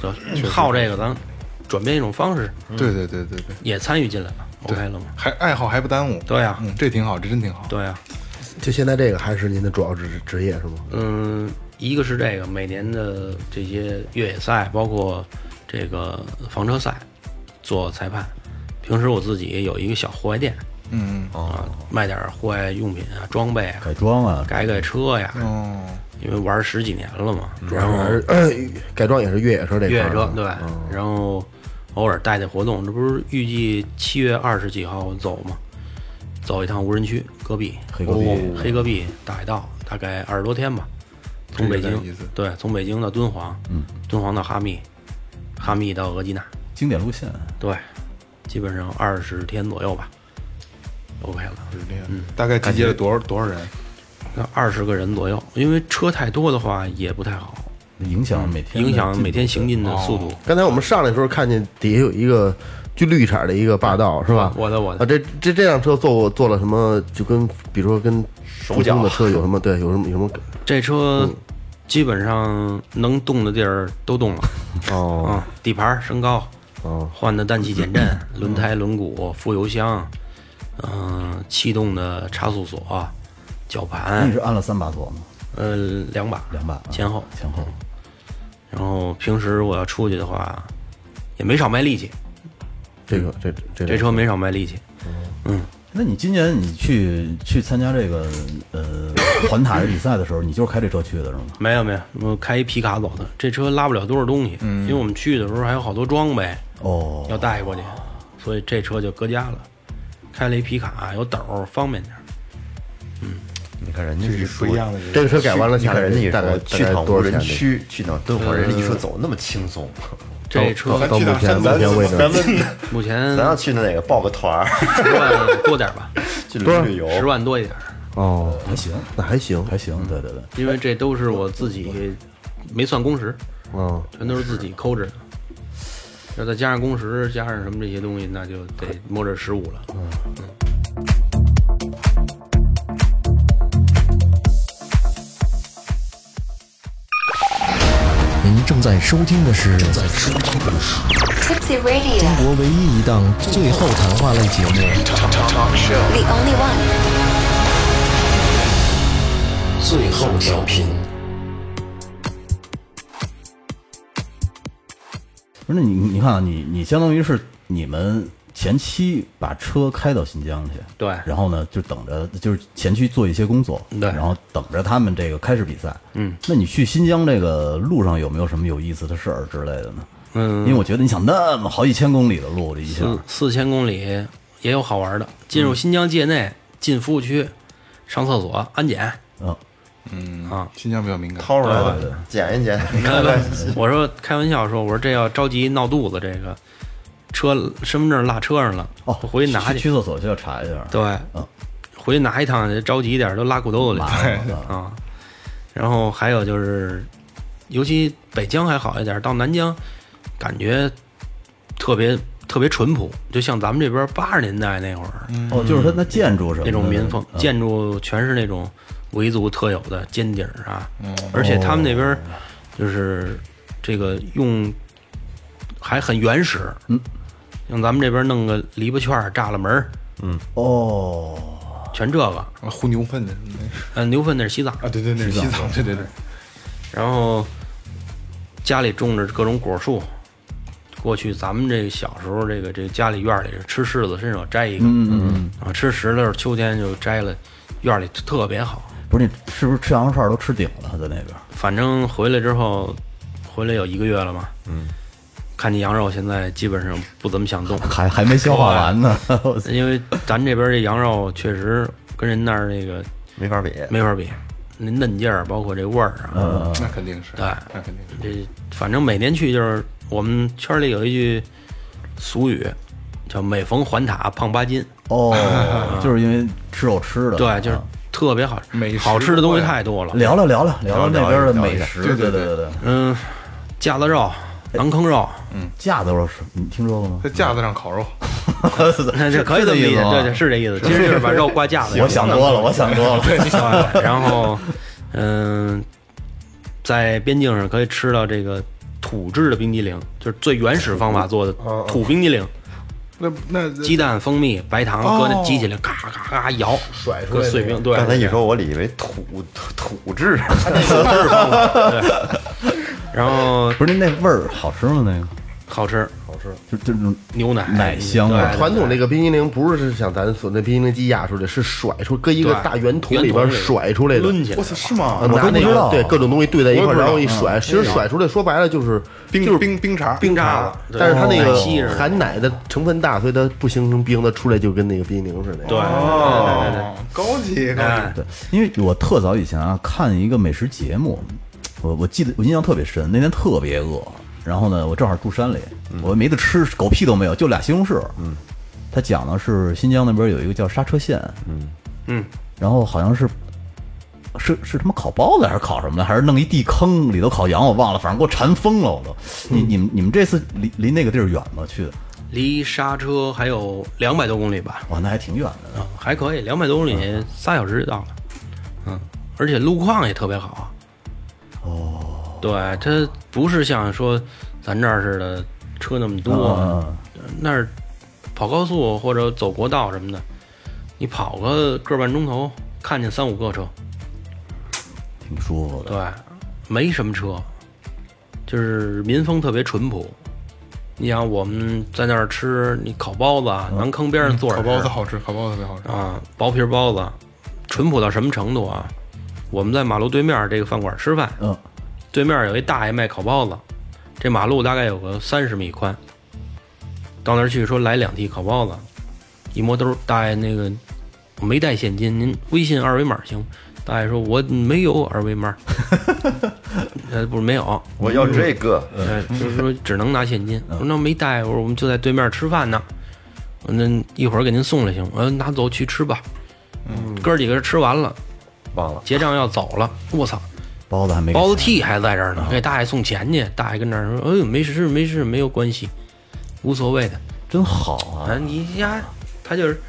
F: 得好这个，咱转变一种方式，
A: 对对对对对，
F: 也参与进来了，OK 了吗？
A: 还爱好还不耽误。
F: 对呀
A: 嗯，这挺好，这真挺好。
F: 对啊，
D: 就现在这个还是您的主要职职业是吗？
F: 嗯，一个是这个每年的这些越野赛，包括这个房车赛，做裁判。平时我自己有一个小户外店，
A: 嗯，
F: 啊，卖点户外用品啊、装备啊，
E: 改装啊，
F: 改改车呀，
A: 哦，
F: 因为玩十几年了嘛，主
D: 主要还是 呃改装也是越野车这
F: 越
D: 块儿
F: 野车
D: 是吗
F: 对，然后偶尔带带活动。这不是预计七月二十几号走吗？走一趟无人区戈壁，
E: 黑戈壁
F: 哦黑戈壁大海盗，大概二十多天吧。从北
A: 这有
F: 京
A: 点意思
F: 对，从北京到敦煌，敦煌到哈密，哈密到额济纳，
E: 经典路线，
F: 对，基本上二十天左右吧。OK 了，
A: 大概集结了多少多少人？
F: 那二十个人左右，因为车太多的话也不太好，
E: 影响每天的
F: 影响
E: 进
F: 每天行进的速度。
D: 刚才我们上来的时候看见底下有一个就绿色的一个霸道是吧？
F: 我的我的
D: 啊，这这这辆车做过做了什么？就跟比如说跟普通的车有什么对有什么有什么
F: 这车
D: 嗯
F: 基本上能动的地儿都动了，
D: 哦
F: 啊，底盘、升高，
D: 哦嗯
F: 换的氮气减震、轮胎、轮毂、副油箱，嗯、气动的差速锁、绞
E: 那你
F: 盘
D: 嗯
E: 是，按了三把锁吗？
F: 呃，两把，
E: 两把啊
F: 前后。
E: 前后
F: 然后平时我要出去的话，也没少卖力气，
D: 这个这这
F: 这车没少卖力气。
E: 那你今年你去去参加这个呃 环塔的比赛的时候，你就是开这车去的是吗？
F: 没有没有，我开一皮卡走的，这车拉不了多少东西，
D: 嗯
F: 因为我们去的时候还有好多装备
E: 哦，
F: 要带过去，所以这车就搁家了。开了一皮卡，有斗儿，方便点儿。
G: 你看人家一说
A: 不一样的一个
D: 这个车改完了
G: 你
D: 下来
G: 看人家一
D: 大概
G: 说去
D: 大
G: 趟
D: 概多少
G: 无
D: 钱
G: 人
D: 呢？
G: 区，去趟敦煌，人家一说走那么轻松，
F: 这车
A: 咱去趟山
D: 咱
A: 东
D: 先为
G: 咱们
F: 目前
G: 咱要去那哪个报个团儿
F: 十万多点 儿吧，
G: 去旅旅游，
F: 十万多一点儿，
D: 哦，
E: 还行，
D: 那还行，
E: 还行，对对对，
F: 因为这都是我自己没算工时，
D: 嗯，
F: 全都是自己抠着的。要再加上工时，加上什么这些东西，那就得摸着十五了。
E: 嗯
H: 您正在收听的是正在收听的是
I: Tipsy Radio,
H: 中国唯一一档最后谈话类节目
I: the only one.
H: 《最后调频》。
E: 不是那你你看啊，你你相当于是你们前期把车开到新疆去，
F: 对
E: 然后呢就等着就是前期做一些工作，
F: 对
E: 然后等着他们这个开始比赛，嗯，那你去新疆这个路上有没有什么有意思的事儿之类的呢？嗯，因为我觉得你想那么好几千公里的路，这一下，
F: 四四千公里也有好玩的。进
E: 嗯
F: 入新疆界内，进服务区，上厕所安检。
E: 嗯，
A: 新疆比较敏感，
G: 掏出来吧，捡一捡，看看
F: 我说开玩笑说，我说这要着急闹肚子，这个车身份证落车上了，
E: 哦，
F: 回去拿
E: 去嗯
F: 去。
E: 厕所去要查一下，
F: 对，回去拿一趟，着急一点都拉裤兜子里
E: 麻烦了，
F: 啊。然后还有就是，尤其北疆还好一点，到南疆感觉特别特别淳朴，就像咱们这边八十年代那会儿，
E: 哦，就是它那建筑什么的
F: 那种民风，
E: 嗯
F: 建筑全是那种维族特有的尖顶儿啊，而且他们那边儿就是这个用还很原始，嗯，像咱们这边弄个篱笆圈儿、栅栏门儿，
E: 哦，
F: 全这个，
A: 啊牦牛粪的什么的
F: 嗯，牛粪那是西藏，
A: 啊，对对，那是西藏，对对对，
F: 然后家里种着各种果树。过去咱们这个小时候，这个这个家里院儿里是吃柿子，伸手摘一个，嗯嗯，啊，吃石榴，秋天就摘了，院儿里特别好。
E: 不是你是不是吃羊肉串都吃顶了，在那边
F: 反正回来之后，回来有一个月了嘛，嗯，看见羊肉现在基本上不怎么 想动，
E: 还还没消化完 呢，我操
F: 因为咱这边这羊肉确实跟人那儿那个
G: 没法比。
F: 没法比，那嫩劲儿，包括这味儿啊，
E: 嗯
A: 那肯定是，
F: 对
A: 那肯定是。
F: 这反正每年去就是我们圈里有一句俗语，叫每逢环塔胖八斤，
E: 哦，就是因为吃肉吃的，嗯
F: 对，就是特别好，
A: 美食
F: 好吃的东西
A: 多呀
F: 太多了，
E: 聊聊聊聊聊聊那边的美食，
A: 聊一聊
E: 对
A: 对对
E: 对
A: 对
E: 对，
F: 嗯，架子肉、
E: 哎
F: 馕坑肉，
E: 架子肉是你听说过吗？
A: 在架子上烤肉，
F: 那这可以
E: 是这
F: 这么
E: 意
F: 理
E: 思
F: 解，
E: 吗
F: 对对，是这意思，其实就是把肉挂架子。
E: 我想多了，我想 多了，
F: 对，然后，嗯、在边境上可以吃到这个土制的冰激凌，就是最原始方法做的土冰激凌，
A: 那那
F: 鸡蛋、蜂蜜、白糖搁那机器里，咔咔咔摇，甩出碎冰。对，
G: 刚才一说，我以为土土土质，
F: 然后
E: 不是那那味儿好吃吗？那个
F: 好吃，
E: 就就那种
F: 牛奶
E: 奶香啊
F: 对
D: 传统那个冰激凌不是像咱所那冰激凌机压出来，是甩出搁一个
F: 对
D: 大圆筒里
F: 圆筒
D: 边
F: 里
D: 甩出来的，
F: 抡起来
A: 我操是吗
D: 啊？拿
E: 都不
D: 那
E: 知道
D: 个对各种东西兑在一
A: 我也
D: 块儿，
A: 不知道哎
D: 然后一甩，其实甩出来说白了就是
A: 冰
D: 就是
A: 冰冰碴儿
D: 冰
F: 碴
D: 碴
F: 子对
D: 但是它那
F: 奶昔似
D: 个
F: 的
D: 含奶的成分大，所以它不形成冰，它出来就跟那个冰激凌似的。
F: 对，
A: 哦，高级高级，
F: 哎，
E: 对，因为我特早以前啊看一个美食节目，我我记得我印象特别深，那天特别饿，然后呢，我正好住山里，我没得吃，狗屁都没有，就俩西红柿。嗯，他讲的是新疆那边有一个叫刹车县，嗯
F: 嗯，
E: 然后好像是。是是他妈烤包子还是烤什么的，还是弄一地坑里头烤羊，我忘了，反正给我馋疯了，我都。你你们你们这次离离那个地儿远吗？去的？
F: 离刹车还有两百多公里吧，
E: 哇，那还挺远的呢。
F: 啊，还可以，两百多公里，仨小时就到了。嗯，而且路况也特别好。哦，对，它不是像说咱这儿似的车那么多，
E: 嗯
F: 那儿跑高速或者走国道什么的，你跑个个半钟头，看见三五个车，
E: 挺舒服的。
F: 对，没什么车，就是民风特别淳朴。你想我们在那儿吃你烤包子，啊，南坑边上坐着
A: 嗯烤
F: 吃啊
A: 包子好吃，烤包子特别好吃。
F: 啊，薄皮包子，淳朴到什么程度啊？我们在马路对面这个饭馆吃饭，
E: 嗯，
F: 对面有一大爷卖烤包子，这马路大概有个三十米宽，到那儿去说来两屉烤包子，一摸兜，大爷那个我没带现金，您微信二维码行吗？大爷说我没有二维码，呃不是没有，
G: 我要这个，
F: 呃就是说只能拿现金，我说那没带，我说我们就在对面吃饭呢，我说那一会儿给您送了行吗，我说拿走去吃吧，哥儿几个吃完了。
G: 忘了
F: 结账要走了，我操，
E: 包子还没给
F: 包子
E: 送
F: 屉还在这儿呢，给大爷送钱去。大爷跟那儿说：“哎呦，没事没事，没有关系，无所谓的。
E: 真好啊！
F: 啊，你呀，他就是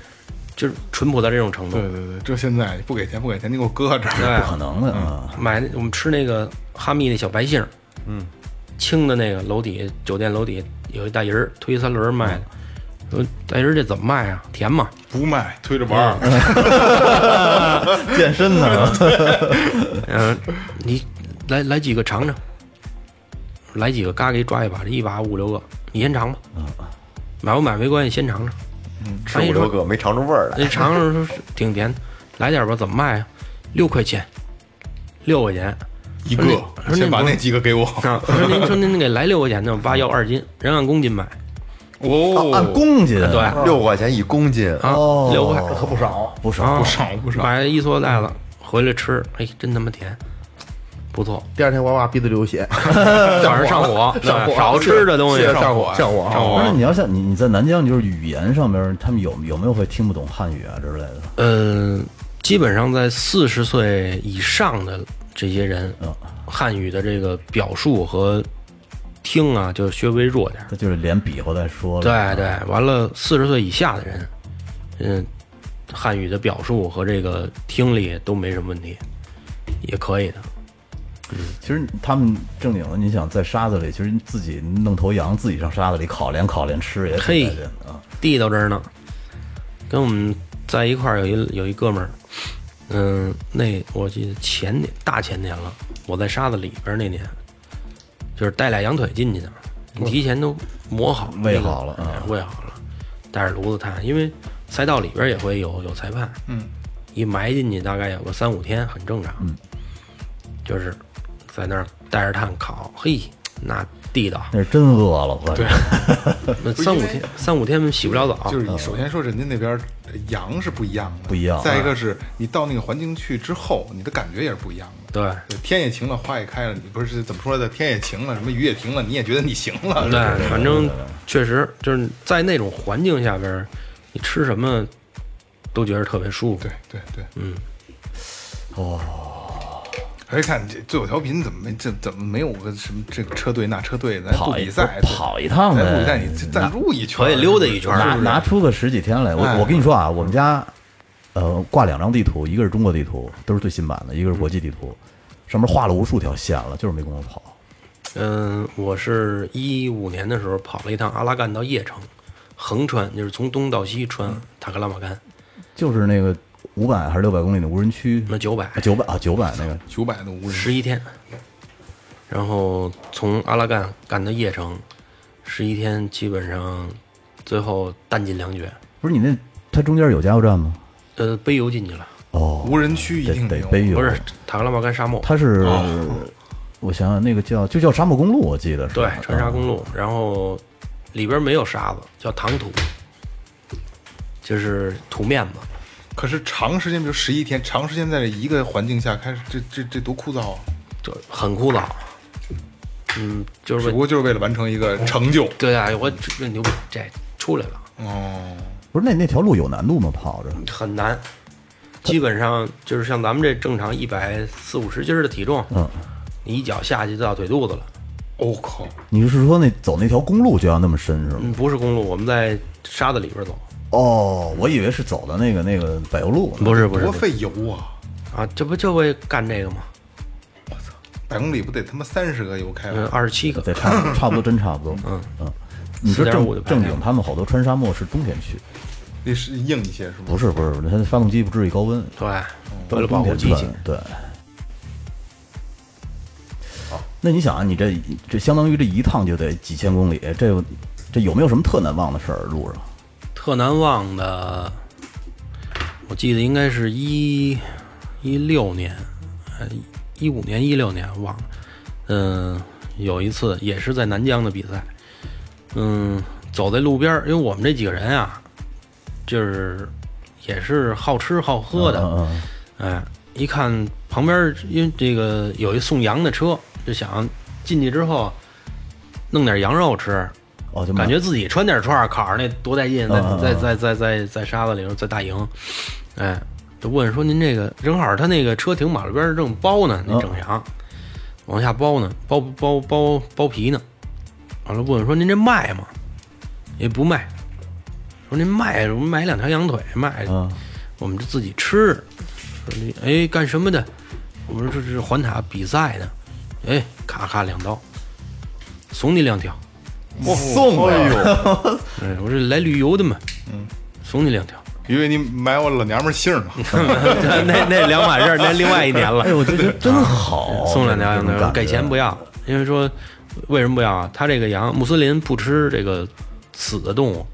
F: 就是淳朴到这种程度
A: 对。对对，这现在不给钱不给钱，你给我搁这儿。
F: 对
E: 不，可能的啊！
F: 买那我们吃那个哈密那小白杏，嗯，青的那个楼底酒店楼底有一大人儿推三轮儿卖的，说大人儿这怎么卖啊？甜吗？
A: 不卖，推着玩儿。
E: 嗯健身呢，
F: 嗯，你来来几个尝尝，来几个，嘎给抓一把，这一把五六个，你先尝吧。买不买没关系，先尝尝。
G: 吃五六个没尝出味儿来，
F: 那尝尝说是挺甜，来点吧，怎么卖啊？六块钱，六块钱。
A: 一个
F: 说那，
A: 先把
F: 说那
A: 那几个给我。
F: 啊，我说您说您给来六块钱的，我爸要二斤，人按公斤买。
A: 哦，
E: 按公斤
F: 对，
G: 六块钱一公斤
F: 啊，
E: 哦
F: 六块
E: 不少不少，
F: 啊，不
A: 少不少
F: 买一塑料袋子回来吃，哎，真他妈甜，不错。
D: 第二天娃娃逼得流血，
F: 晚上上火，
D: 上火
F: 少吃这东西，
D: 是上
A: 火
D: 上火，上火。
E: 不是你要像你你在南疆，就是语言上面，他们有有没有会听不懂汉语啊之类的？
F: 呃，基本上在四十岁以上的这些人，
E: 嗯
F: 汉语的这个表述和听啊，就稍微弱点儿。
E: 他就是连比划带说了。
F: 对对，完了四十岁以下的人，嗯，汉语的表述和这个听力都没什么问题，也可以的。
E: 其实他们正经的，你想在沙子里，其实自己弄头羊，自己上沙子里烤连烤连吃也挺
F: 嘿
E: 带劲的啊。
F: 地道这儿呢，跟我们在一块儿有一有一哥们儿，嗯，那我记得前年大前年了，我在沙子里边儿那年，就是带俩羊腿进去的，你提前都磨好
E: 喂
F: 那个
E: 好了啊
F: 喂好了，带着炉子炭，因为赛道里边儿也会有有裁判，嗯，一埋进去大概有个三五天，很正常，嗯，就是在那儿带着炭烤，嘿，那地道，
E: 那是真饿了，我对，
F: 那三五天三五天洗不了澡，
A: 就是你首先说人家那边儿呃羊是不一样的，
E: 嗯不一样嗯
A: 再一个是你到那个环境去之后，你的感觉也是不一样的。
F: 对。
A: 对天也晴了，花也开了，你不是怎么说来着？天也晴了，什么雨也停了，你也觉得你行了。
E: 嗯
F: 对，反正确实就是在那种环境下边儿，你吃什么都觉得特别舒服。
A: 对对对，嗯，哦，还看这最后调频怎么没这怎么没有个什么这个车队那车队，咱不
E: 跑一
A: 比赛，
E: 跑一趟
A: 咱
E: 呗
A: 不比赛，你赞助一圈儿，
F: 可以溜达一圈儿
A: 是
E: 拿
A: 不是
E: 拿出个十几天来。
A: 哎
E: 我我跟你说啊，我们家呃挂两张地图，一个是中国地图，都是最新版的，一个是国际地图，上面画了无数条线了，就是没工夫跑。
F: 嗯、我是一五年的时候跑了一趟阿拉干到叶城，横穿就是从东到西穿塔克拉玛干，
E: 就是那个五百还是六百公里的无人区，
F: 那九百
E: 九百啊九百那个
A: 九百的无人
F: 十一天，然后从阿拉干干到叶城，十一天基本上最后弹尽粮绝，
E: 不是你那它中间有加油站吗？
F: 呃，背油进去了，
E: 哦，
A: 无人区一
E: 得
A: 定
E: 得
A: 有
E: 背油，
F: 不是塔克拉玛干沙漠，
E: 它是、我想想那个叫就叫沙漠公路，我记得是
F: 哦对，川沙公路，然后里边没有沙子，叫糖土，就是土面子。
A: 可是长时间，比如十一天，长时间在这一个环境下开始，这这这多枯燥啊！
F: 就很枯燥。嗯，就
A: 只
F: 是
A: 不
F: 为
A: 过就是为了完成一个成就。
F: 对啊，我这牛逼，这出来了
A: 哦，
E: 不是那那条路有难度吗？跑着
F: 很难，基本上就是像咱们这正常一百四五十斤儿的体重，
E: 嗯，
F: 你一脚下去就到腿肚子了。
A: 我、靠，
E: 你是说那走那条公路就要那么深是吗？
F: 嗯，不是公路，我们在沙子里边走。
E: 哦，我以为是走的那个那个柏油路呢，
F: 不是不是
A: 多费油啊！
F: 啊，这不就会干这个吗？
A: 百公里不得他妈三十个油开
F: 嗯，
A: 了？
F: 二十七个
E: 对，差不多差不多，真差不多。嗯嗯，你说
F: 4.5的
E: 正
F: 排量
E: 正经，他们好多穿沙漠是冬天去，
A: 那是硬一些是吗？
E: 不是不是，它发动机不至于高温，
F: 对，
E: 都是
F: 为了保护
E: 冬
F: 机
E: 天
F: 器
E: 穿。对。那你想啊，你这这相当于这一趟就得几千公里，这这有没有什么特难忘的事儿？路上
F: 特难忘的，我记得应该是一一六年，呃一五年、一六年忘了，嗯、有一次也是在南疆的比赛，嗯，走在路边儿，因为我们这几个人啊，就是也是好吃好喝
E: 嗯
F: 的，哎，一看旁边儿，因为这个有一送羊的车，就想进去之后弄点羊肉吃，
E: 哦，就买
F: 感觉自己穿点串儿烤着那多带劲，在
E: 嗯嗯
F: 在
E: 嗯
F: 在在在在沙子里头，在大营，哎，就问说您这个正好他那个车停马路边儿正包呢，
E: 嗯
F: 那整羊往下包呢，包包包包皮呢，完了问说您这卖吗？也不卖，说您卖，我们买两条羊腿卖，
E: 嗯
F: 我们就自己吃。说你哎干什么的？我说这是环塔比赛的，哎咔咔两刀，送你两条。
G: 我送的
A: 哎呦，
F: 哎，我说来旅游的嘛，
A: 嗯，
F: 送你两条。
A: 以为你买我老娘们儿姓儿呢，
F: 那那两码事儿，那另外一年了。哦
A: 哎我觉得
E: 真好
F: 啊送两条羊
E: 这种感觉
F: 腿，给钱不要，因为说为什么不要啊？他这个羊穆斯林不吃这个死的动物，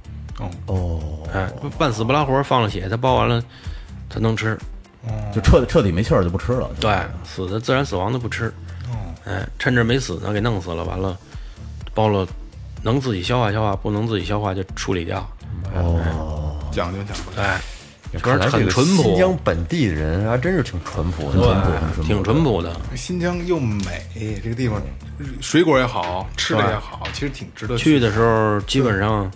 E: 哦，
F: 哎，半死不拉活放了血，他包完了，他能吃。
E: 就彻彻底没气儿就不吃了。
F: 对，死的自然死亡的不吃。哎，趁着没死呢，给弄死了，完了包了，能自己消化消化，不能自己消化就处理掉。
E: 哦，
A: 讲究讲究。
F: 哎，全
G: 看来
F: 是
G: 这
F: 很
G: 个
F: 淳朴
G: 新，疆本地的人还真是挺淳朴的，
F: 对，啊挺淳朴的。
A: 新疆又美，这个地方水果也好吃的也好，其实挺值得
F: 去
A: 的。
F: 的时候基本上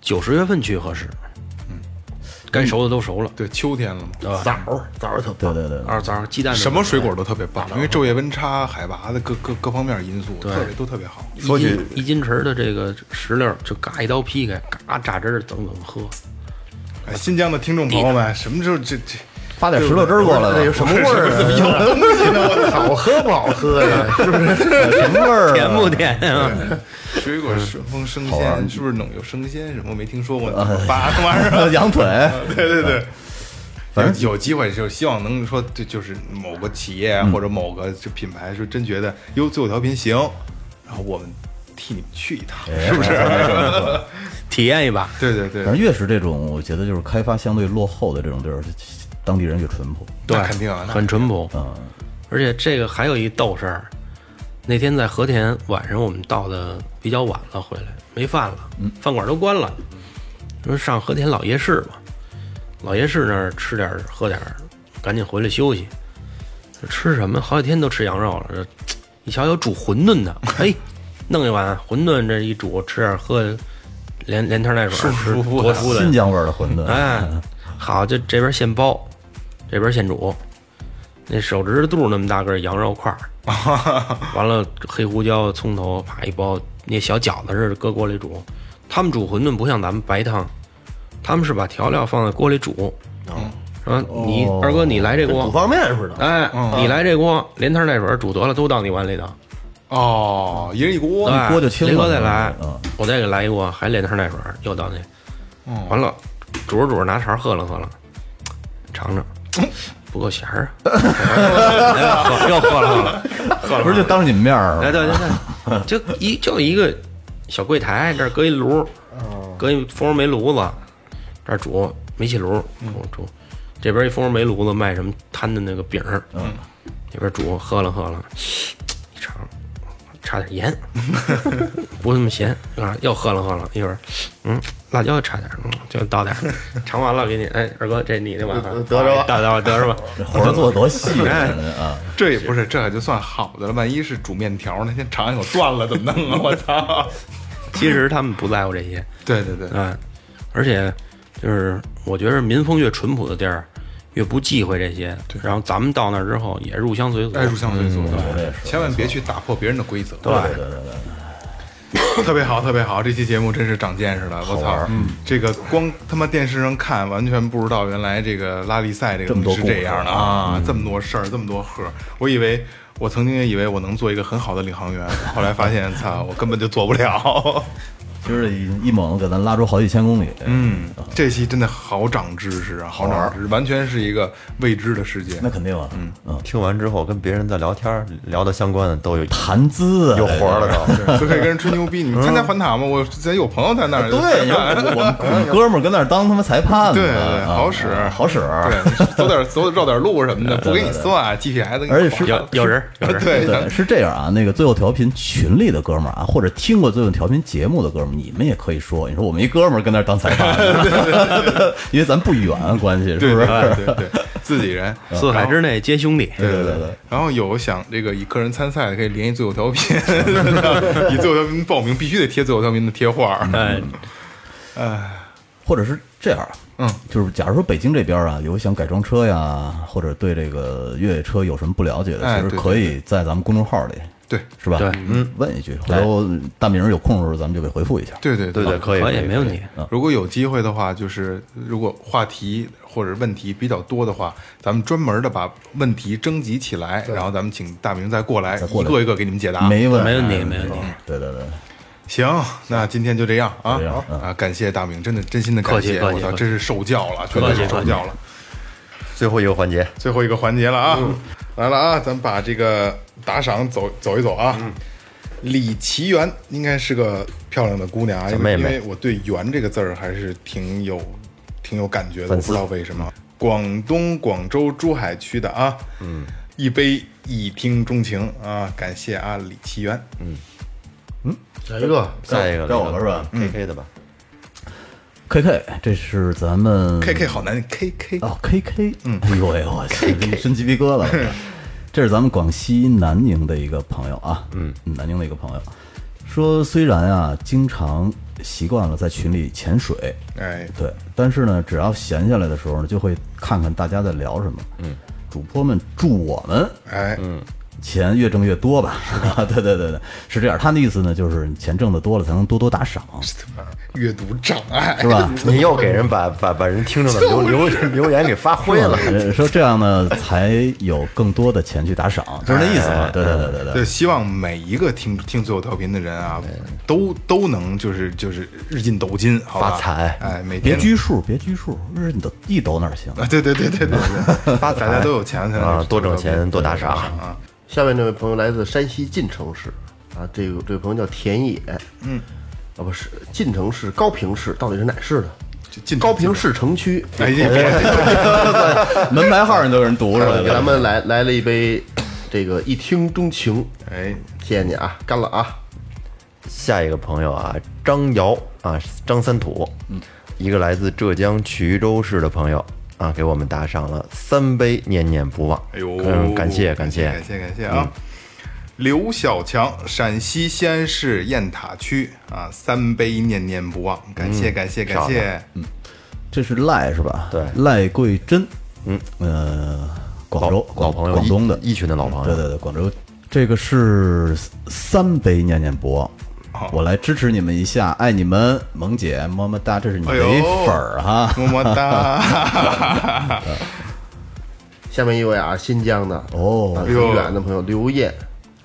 F: 九十月份去合适，嗯，该熟的都熟了，
A: 对，秋天了嘛，
F: 对吧？枣儿枣儿特
E: 对对对，
F: 二枣儿鸡蛋
A: 什么水果都特别棒，因为昼夜温差、海拔的各各各方面因素，特别都特别好。
F: 一斤一斤匙的这个石榴就嘎一刀劈开，嘎榨汁儿整整喝，
A: 哎，新疆的听众朋友们，什么时候这这
E: 发点石榴汁儿过来了
D: 这有什么味儿啊？有东西呢！我操，好喝不好喝呀？是不是？
E: 什么味儿啊？
F: 甜不甜啊？
A: 水
E: 嗯
A: 果顺丰生鲜是不是能有生鲜什么？我没听说过呢，
E: 哎
A: 八那玩 意儿。啊
E: 羊腿，
A: 对对对，
E: 反正
A: 有有机会就希望能说，就就是某个企业啊
E: 嗯
A: 或者某个这品牌是真觉得哟，最后调频行，然后我们替你们去一趟，是不是？
F: 体验一把。
A: 对对对
E: 哎反，正越是这种，我觉得就是开发相对落后的这种地儿，当地人越淳朴。
A: 那肯定啊，那
F: 很淳朴。
E: 嗯，
F: 而且这个还有一逗事儿，那天在和田晚上我们到的比较晚了，回来没饭了，饭馆都关了，说上和田老夜市吧，老夜市那儿吃点儿喝点儿，赶紧回来休息。吃什么？好几天都吃羊肉了，这一瞧有煮馄饨的，哎，弄一碗馄饨，这一煮吃点儿喝，连连汤带水，吃多舒服的。
E: 新疆味儿的馄饨，
F: 哎，好，就这边现包，这边现煮，那手指肚那么大个羊肉块儿， 完了黑胡椒、葱头，啪一包，那小饺子似的搁锅里煮。他们煮馄饨不像咱们白汤，他们是把调料放在锅里煮。啊，你二哥你来这
D: 哦煮
F: 锅，
D: 方面似的，嗯
F: 哎，你来这锅，连汤带水煮得了都到你碗里头。
A: 哦，一人一锅
F: 对，
A: 呢，
E: 一锅就清了
F: 雷哥再来
E: 嗯，嗯
F: 我再给来一锅，还连汤带水，又到那。完了，煮着煮着拿勺喝了喝了，尝 尝，不够咸儿啊！ 哎 又喝又喝了喝了，喝了
E: 不是就当着你们面儿
F: 哎对对对， 就一就一个小柜台，这儿搁一炉，
D: 哦
F: 搁一蜂窝煤炉子，这儿煮煤气炉
D: 嗯
F: 煮煮，这边一蜂窝煤炉子卖什么摊的那个饼儿，嗯，这边煮喝了喝了，一尝差点盐， 不那么咸啊，又喝了喝了，一会儿，嗯，辣椒差点，嗯，就倒点儿，尝完了给你，哎，二哥，这你的碗啊，
D: 得着吧
F: 得着吧，得着吧，
E: 这活儿做得多细啊！
F: 哎
E: 真的啊，
A: 这也不是，这就算好的了。万一是煮面条呢？先尝一口断了怎么弄啊？我操！
F: 其实他们不在乎这些，
A: 对对对，
F: 啊，而且就是我觉得民风越淳朴的地儿，越不忌讳这些。然后咱们到那儿之后也入乡随俗，
A: 哎，入乡随俗，
E: 觉得也嗯是
A: 千万别去打破别人的规则。
F: 对
E: 对对对对，
A: 特别好，特别好，这期节目真是长见识了，我操！嗯，这个光他妈电视上看，完全不知道原来这个拉力赛这个
E: 这么
A: 东
E: 多
A: 西是这样的
E: 功夫嗯
A: 啊，这么多事儿，这么多核儿，我以为。我曾经也以为我能做一个很好的领航员，后来发现，操，我根本就做不了。
E: 今儿一猛给咱拉出好几千公里。
A: 嗯，这期真的好长知识啊，好长知识，完全是一个未知的世界。
E: 那肯定啊，嗯嗯，
G: 听完之后跟别人在聊天，聊的相关的都有
E: 谈资，啊
G: 有活了
A: 都， 就可以跟人吹牛逼。你们参加环塔吗？我咱嗯有朋友在那儿，
E: 对，我们哥们儿跟那儿当他妈裁判，啊
A: 对，好使，
E: 好使，
A: 对，走点走绕点路什么的，不给你算啊 GPS，
E: 而且是
F: 有有人，有人，
A: 对，
E: 是这样啊，那个最后调频群里的哥们儿啊，或者听过最后调频节目的哥们儿，你们也可以说，你说我们一哥们儿跟那儿当裁判， 因为咱不远关系，是不是？
A: 对对对，自己 人，
F: 四海之内皆兄弟，
E: 对对对对。
A: 然后有想这个以个人参赛的，可以联系最后调 频，以最后调频报名必须得贴最后调频的贴画，
F: 哎，
A: 哎，
E: 或者是这样。啊
A: 嗯，
E: 就是假如说北京这边啊，有想改装车呀，或者对这个越野车有什么不了解
A: 哎
E: 的，其实可以在咱们公众号里，
A: 对，
E: 是吧？
F: 对，
E: 嗯，问一句，回头大明有空的时候咱们就给回复一下。
A: 对对
G: 对对，可以，
F: 可以，嗯没问题。
A: 如果有机会的话，就是如果话题或者问题比较多的话，咱们专门的把问题征集起来，然后咱们请大明再过来，一个一个给你们解答。
E: 没问
F: 没问题，没问题。
E: 对对对。
A: 行，那今天就这样啊
E: 啊！
A: 感谢大明，真的真心的感谢，我操，真是受教了，绝对受教了。
G: 最后一个环节，
A: 最后一个环节了啊！
G: 嗯
A: 来了啊，咱把这个打赏走走一走啊。
G: 嗯
A: 李奇缘应该是个漂亮的姑娘啊，因为因为我对“缘”这个字儿还是挺有挺有感觉的，我不知道为什么。广东广州珠海区的啊，
G: 嗯，
A: 一杯一听钟情啊，感谢啊，李奇缘，
G: 嗯。
D: 下一个，
G: 下一个
E: 该我了是吧
A: 嗯
G: ？K K 的吧
E: ，K K，这是咱们
A: K K 好难，K K
E: 哦，K K，
A: 嗯，
E: 哎呦喂，我伸鸡皮疙瘩了。这是咱们广西南宁的一个朋友啊，
G: 嗯，
E: 南宁的一个朋友说，虽然啊经常习惯了在群里潜水，
A: 哎，
E: 对，但是呢，只要闲下来的时候呢，就会看看大家在聊什么，
G: 嗯，
E: 主播们祝我们
A: 哎，
G: 嗯。
E: 钱越挣越多吧， 对对对对，是这样。他的意思呢，就是你钱挣得多了，才能多多打赏，
A: 阅读障碍
E: 是吧？
G: 你又给人把把把人听着 的留留留言给发灰了，
E: 呃说这样呢，才有更多的钱去打赏，就是那意思嘛。对对对对
A: 对，希望每一个听听最后调频的人啊，都都能就是就是日进斗金，好吧？
G: 发财
A: 哎，每
E: 别
A: 天
E: 拘束，别拘束，日你都一抖哪儿行？
A: 啊，对对对对对 对，发财大家都有钱才能
G: 啊，多挣钱，多打赏。
A: 啊。
D: 下面这位朋友来自山西晋城市啊，这个这位朋友叫田野，
A: 嗯，
D: 啊不是晋城市高平市，到底是哪市的？
A: 进
D: 高平市城区，
A: 哎呀，别
E: 门牌号你都有人读出来
D: 给咱
E: 了，
D: 们来来了一杯，这个一听钟情，
A: 哎，
D: 谢谢你啊，干了啊！
G: 下一个朋友啊，张瑶啊，张三土，
A: 嗯
G: 一个来自浙江衢州市的朋友啊，给我们打赏了三杯，念念不忘。
A: 哎呦
G: 嗯，，感谢
A: 感
G: 谢，嗯
A: 感谢感谢啊！刘小强，陕西西安市雁塔区啊，三杯念念不忘，感谢
G: 嗯
A: 感谢感谢，
E: 这是赖是吧？
G: 对
E: 赖桂珍，
G: 嗯
E: 呃，广州
G: 老老朋友，
E: 广东的，
G: 一一群的老朋
E: 对
G: 友，
E: 对对，广州这个是三杯念念不忘
A: 好。
E: 我来支持你们一下，爱你们，萌姐，么么哒，这是你的
A: 哎呦哎
E: 一粉儿啊哈。
A: 么么 哒，
D: 下面一位啊，新疆的
E: 哦哎
D: 啊，很
A: 呦
D: 远的朋友刘艳，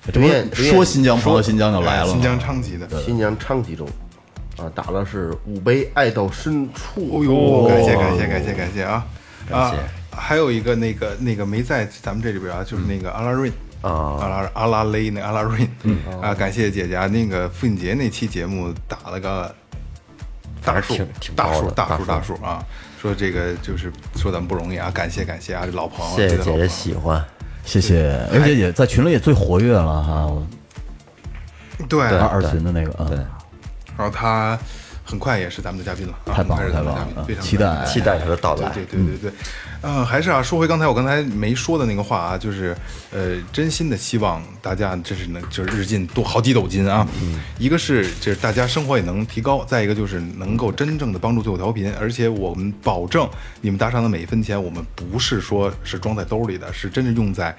E: 这
D: 刘
E: 不
D: 艳
E: 是说新疆朋友，新疆就来了吗，
A: 哎新疆昌吉的，
D: 新疆昌吉州啊，打了是五杯，爱到深处。
A: 哦呦，感谢感谢感谢感谢啊！
G: 感谢
A: 啊，还有一个那个那个没在咱们这里边啊，就是那个阿拉瑞。
G: 啊嗯
A: 阿拉阿拉蕾那阿拉瑞，啊，感谢姐姐啊！那个父亲节那期节目打了个大数
G: 挺挺，
A: 大
G: 高
A: 数，
G: 的
A: 大
G: 大
A: 数，
G: 数
A: 大数啊！说这个就是说咱们不容易啊，感谢感谢啊，这老朋友，
G: 谢谢
A: 这个老
G: 姐
A: 朋友
G: 姐喜欢，
E: 谢谢，而且也在群里也最活跃了哈，
A: 对，
E: 二
A: 然
E: 二群的那个，嗯，
A: 后他很快也是咱们的嘉宾了，啊
E: 太棒了，
A: 很快是
E: 太
A: 咱们
E: 棒
A: 的嘉宾
E: 了
A: 非，常
E: 期待
G: 期待她啊的到来。
A: 对
E: 嗯
A: 对对对对，呃，还是啊，说回刚才我刚才没说的那个话啊，就是呃，真心的希望大家这是能就是日进多好几斗金啊，
E: 嗯
A: 一个是就是大家生活也能提高，再一个就是能够真正的帮助最后调频，而且我们保证你们打赏的每一分钱，我们不是说是装在兜里的，是真是用在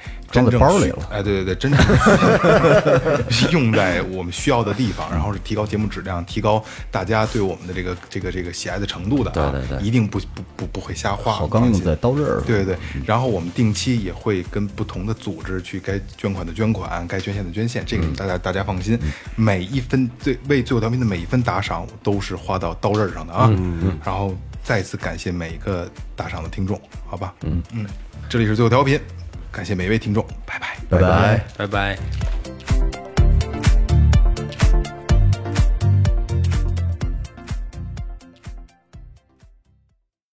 E: 装
A: 真
E: 在
A: 正
E: 包
A: 需
E: 里了
A: 哎，对对对，真正用在我们需要的地方，然后是提高节目质量，提高大家对对我们的这个这个这个喜爱的程度的、
G: 啊，
A: 对对对，一定不不不不会瞎花。
E: 好钢用在刀刃儿，
A: 对对对。然后我们定期也会跟不同的组织去该捐款的捐款，该捐献的捐献，这个大家大家放心，每一分最为最后调频的每一分打赏都是花到刀刃上的啊。然后再次感谢每一个打赏的听众，好吧？嗯嗯，这里是最后调频，感谢每一位听众，拜拜。
E: 拜拜。
F: 拜拜。